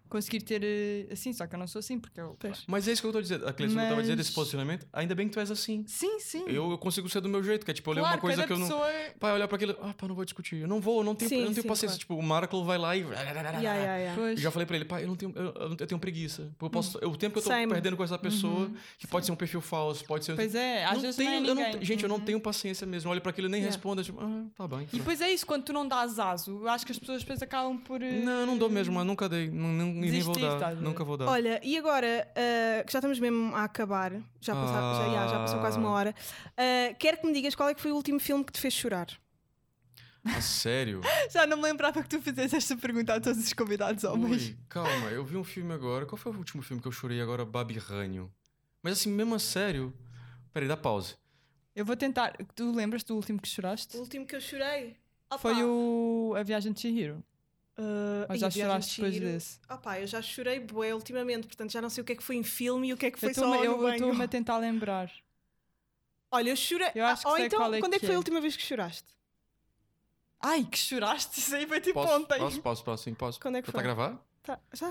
S4: conseguir ter eh, assim, só que eu não sou assim, porque eu.
S2: Pois.
S3: Mas é isso que eu tô dizendo, a Cleiton eu tava dizendo
S4: Mas-
S3: desse posicionamento, ainda bem que tu és assim.
S4: Sim, sim.
S3: Eu, eu consigo ser do meu jeito, que é tipo, eu leio uma coisa que eu não.
S4: pessoa... é-
S3: Pai, olhar pra aquilo, ah, pá, não vou discutir. Eu não vou, eu não tenho,
S2: Sim,
S3: eu não tenho
S2: sim,
S3: paciência. Tipo, o Maracle vai lá e.
S2: Yeah, yeah, yeah.
S4: Pois.
S3: Eu já falei pra ele, pai, eu não tenho, eu, eu não- eu tenho preguiça. Eu posso, eu- o tempo que eu tô
S2: Same.
S3: perdendo com essa pessoa, que pode ser um perfil falso, pode ser.
S4: Pois é, às
S3: não
S4: vezes
S3: tenho,
S4: não é
S3: eu não
S4: ninguém.
S3: te- gente, eu não
S4: Uhum.
S3: tenho paciência mesmo. Olha pra aquilo e nem
S2: Yeah.
S3: respondo. Tipo, ah, tá bem.
S4: E depois é isso, quando tu não dás aso, eu acho que as pessoas depois acabam por. eh,
S3: Não, eu não dou mesmo, eu nunca dei. Não, não, e nem vou
S4: Desistir, tá a
S3: dar.
S4: ver?
S3: Nunca vou dar.
S2: Olha, e agora, ah, que já estamos mesmo a acabar, já, passa- já, já- já passou quase uma hora, ah, quero que me digas qual é que foi o último filme que te fez chorar.
S3: Ah, [LAUGHS] sério?
S4: [LAUGHS] Já não me lembrava que tu fizeste esta pergunta a todos os convidados homens.
S3: Ui, calma, eu vi um filme agora. Qual foi o último filme que eu chorei agora? Babirrânio. Mas assim, mesmo a sério. Peraí, dá pause.
S4: Eu vou tentar. Tu lembras do último que choraste?
S2: último que eu chorei?
S4: Foi o A Viagem de Chihiro.
S2: Eh,
S4: Mas já choraste depois desse.
S2: Opá, eu já chorei bué ultimamente, portanto já não sei o que é que foi em filme e o que é que
S4: Eu
S2: foi só
S4: estou-me-
S2: no
S4: eu- eu
S2: banho.
S4: estou-me a tentar lembrar.
S2: Olha, eu chorei.
S4: Eu acho que
S2: Ou
S4: sei
S2: então,
S4: qual é
S2: quando é que
S4: que
S2: foi a
S4: é.
S2: última vez que choraste?
S4: Ai, que choraste! Isso aí foi tipo
S3: Posso,
S4: ontem.
S3: posso, posso, posso, sim, posso.
S2: Quando é que
S3: Já
S2: foi?
S3: Tá a gravar?
S2: Tá, já?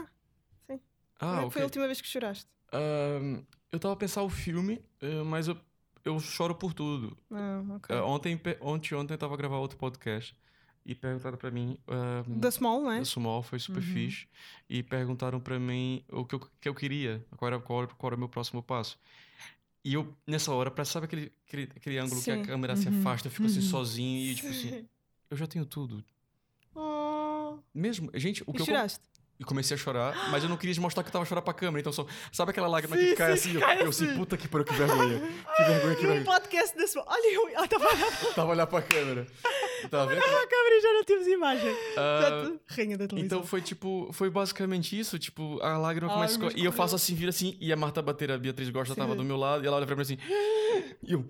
S2: quando é
S3: Ah,
S2: que
S3: ok.
S2: foi a última vez que choraste?
S3: Ahn, eu tava a pensar o filme, eh, mas eu, eu choro por tudo.
S2: Não, ok.
S3: Eh, ontem, pe- ontem, ontem eu tava a gravar outro podcast e perguntaram pra mim. ahm,
S2: Da Small, não é?
S3: da Sumol foi super
S4: Uhum.
S3: fixe. E perguntaram pra mim o que eu, que eu queria, qual era, qual, era- qual era o meu próximo passo. E eu, nessa hora, pra, sabe aquele, aquele, aquele ângulo que
S2: Sim.
S3: a câmera se
S4: Uhum.
S3: afasta, eu fico assim
S4: Uhum.
S3: sozinho e tipo assim, eu já tenho tudo.
S2: Oh,
S3: Mesmo, gente, o
S2: e
S3: que eu.
S2: choraste?
S3: e comecei a chorar, mas eu não queria mostrar que eu tava chorando pra câmera. Então, só, sabe aquela lágrima
S4: Sim,
S3: que cai
S4: sim,
S3: assim?
S4: cai
S3: eu, eu assim,
S4: assim.
S3: puta que pariu, que vergonha. Que vergonha, que
S2: Num
S3: vergonha.
S2: podcast desse. Olha, eu. Ela estava a
S3: Tava olhar pra câmera. Tá vendo?
S2: câmera e já não tínhamos imagem.
S3: Ah,
S2: Portanto, rainha da televisão.
S3: Então foi tipo, foi basicamente isso, tipo, a lágrima começa a
S4: lágrima
S3: escorrer. E eu
S4: escorreu.
S3: faço assim, vira assim, e a Marta Bateira, a Beatriz Gosta,
S4: Sim.
S3: tava do meu lado, e ela olha pra mim assim. E eu.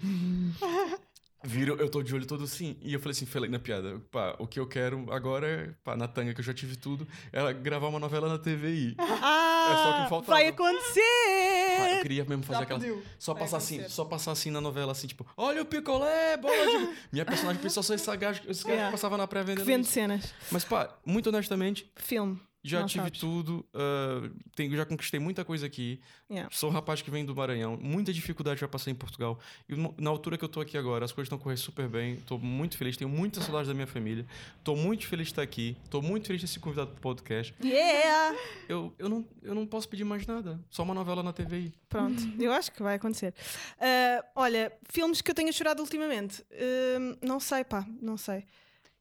S3: Viro, eu tô de olho todo assim. E eu falei assim, falei na piada, pá, o que eu quero agora é, pá, na tanga que eu já tive tudo, era gravar uma novela na TVI.
S2: ah,
S3: é só o que faltava.
S2: vai acontecer!
S3: Pá, eu queria mesmo fazer
S4: Já
S3: aquela.
S4: pediu.
S3: Só
S4: Vai
S3: passar assim,
S4: acontecer.
S3: só passar assim na novela, assim, tipo, olha o picolé, bola de. Minha personagem pensou só esse sagaz, esse cara
S2: Yeah.
S3: que passava na pré-venda.
S2: Que
S3: não
S2: vende
S3: isso.
S2: cenas.
S3: Mas, pá, muito honestamente,
S2: Filme.
S3: Já
S2: Não
S3: tive
S2: sabes.
S3: tudo, ah, tenho, já conquistei muita coisa aqui.
S2: Yeah.
S3: Sou um rapaz que vem do Maranhão, muita dificuldade já passei em Portugal. E no- na altura que eu tô aqui agora, as coisas estão correndo super bem, tô muito feliz, tenho muita saudade da minha família, tô muito feliz de estar aqui, tô muito feliz de ser convidado pro podcast.
S2: Yeah!
S3: Eu, eu, não, eu não posso pedir mais nada, só uma novela na TVI.
S2: Pronto, eu acho que vai acontecer. Ah, olha, filmes que eu tenha chorado ultimamente. Hum, não sei, pá, não sei.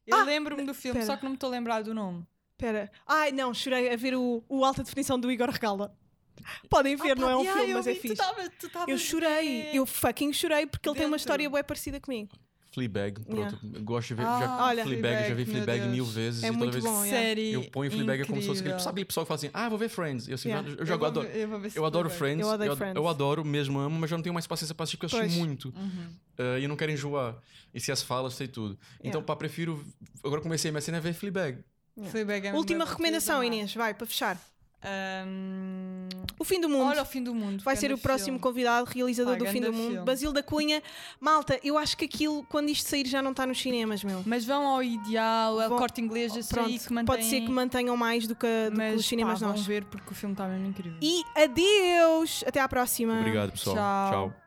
S4: Eu
S2: Ah,
S4: lembro-me do filme,
S2: pera.
S4: só que não me estou a lembrar do nome.
S2: Espera. Ai, não, chorei a ver o, o Alta Definição do Igor Regala. Podem ver,
S4: Ah,
S2: não
S4: pá,
S2: é um
S4: yeah,
S2: filme,
S4: eu
S2: mas é
S4: vi, tu
S2: fixe.
S4: tava- tu tava-
S2: Eu chorei, eu fucking chorei porque ele tem uma
S4: Dentro.
S2: história bué parecida comigo.
S3: Fleabag, pronto.
S2: Yeah.
S3: eu Gosto de ver já,
S4: Ah,
S2: Olha,
S3: Fleabag, já vi
S4: Fleabag, meu
S3: Fleabag mil
S4: Deus.
S3: vezes
S2: É
S3: e toda
S2: muito
S3: vez
S2: bom, yeah.
S4: Série
S3: eu ponho Fleabag é como se fosse aquele,
S4: incrível.
S3: sabe aquele pessoal que fala assim, ah, vou ver Friends. E eu, assim,
S2: Yeah.
S3: eu já
S4: vou
S3: adoro.
S4: ver- eu vou ver se
S3: Eu adoro
S4: Fleabag.
S3: Friends,
S2: Eu
S3: eu,
S2: odeio
S3: ad-
S2: Friends.
S3: eu adoro mesmo, amo, mas eu não tenho mais paciência pra assistir porque eu assisti
S2: Pois.
S3: muito.
S4: Uhum.
S3: eh, e eu não quero enjoar. E se as falas, sei tudo. Então,
S2: Yeah.
S3: pá, prefiro. Agora comecei a minha cena é ver Fleabag.
S2: Yeah.
S4: Fleabag é uma
S2: Última
S4: das
S2: recomendação,
S4: minhas
S2: Inês, vai, para fechar.
S4: amadas. Ahm,
S2: O Fim do Mundo.
S4: Olha o fim do mundo.
S2: Vai ser o
S4: ganda
S2: próximo
S4: filme.
S2: convidado, realizador
S4: Pá,
S2: do Fim do
S4: ganda
S2: Mundo,
S4: filme.
S2: Basílio da Cunha. Malta, eu acho que aquilo, quando isto sair, já não está nos cinemas, meu.
S4: Mas vão ao ideal, ao
S2: Vão-
S4: corte inglês, isso aí que mantém.
S2: pode ser que mantenham mais do que, do que
S4: mas,
S2: os cinemas
S4: pá, vão
S2: nós.
S4: ver porque o filme está mesmo tá incrível.
S2: E adeus! Até à próxima.
S3: Obrigado, pessoal.
S4: Tchau.
S3: Tchau.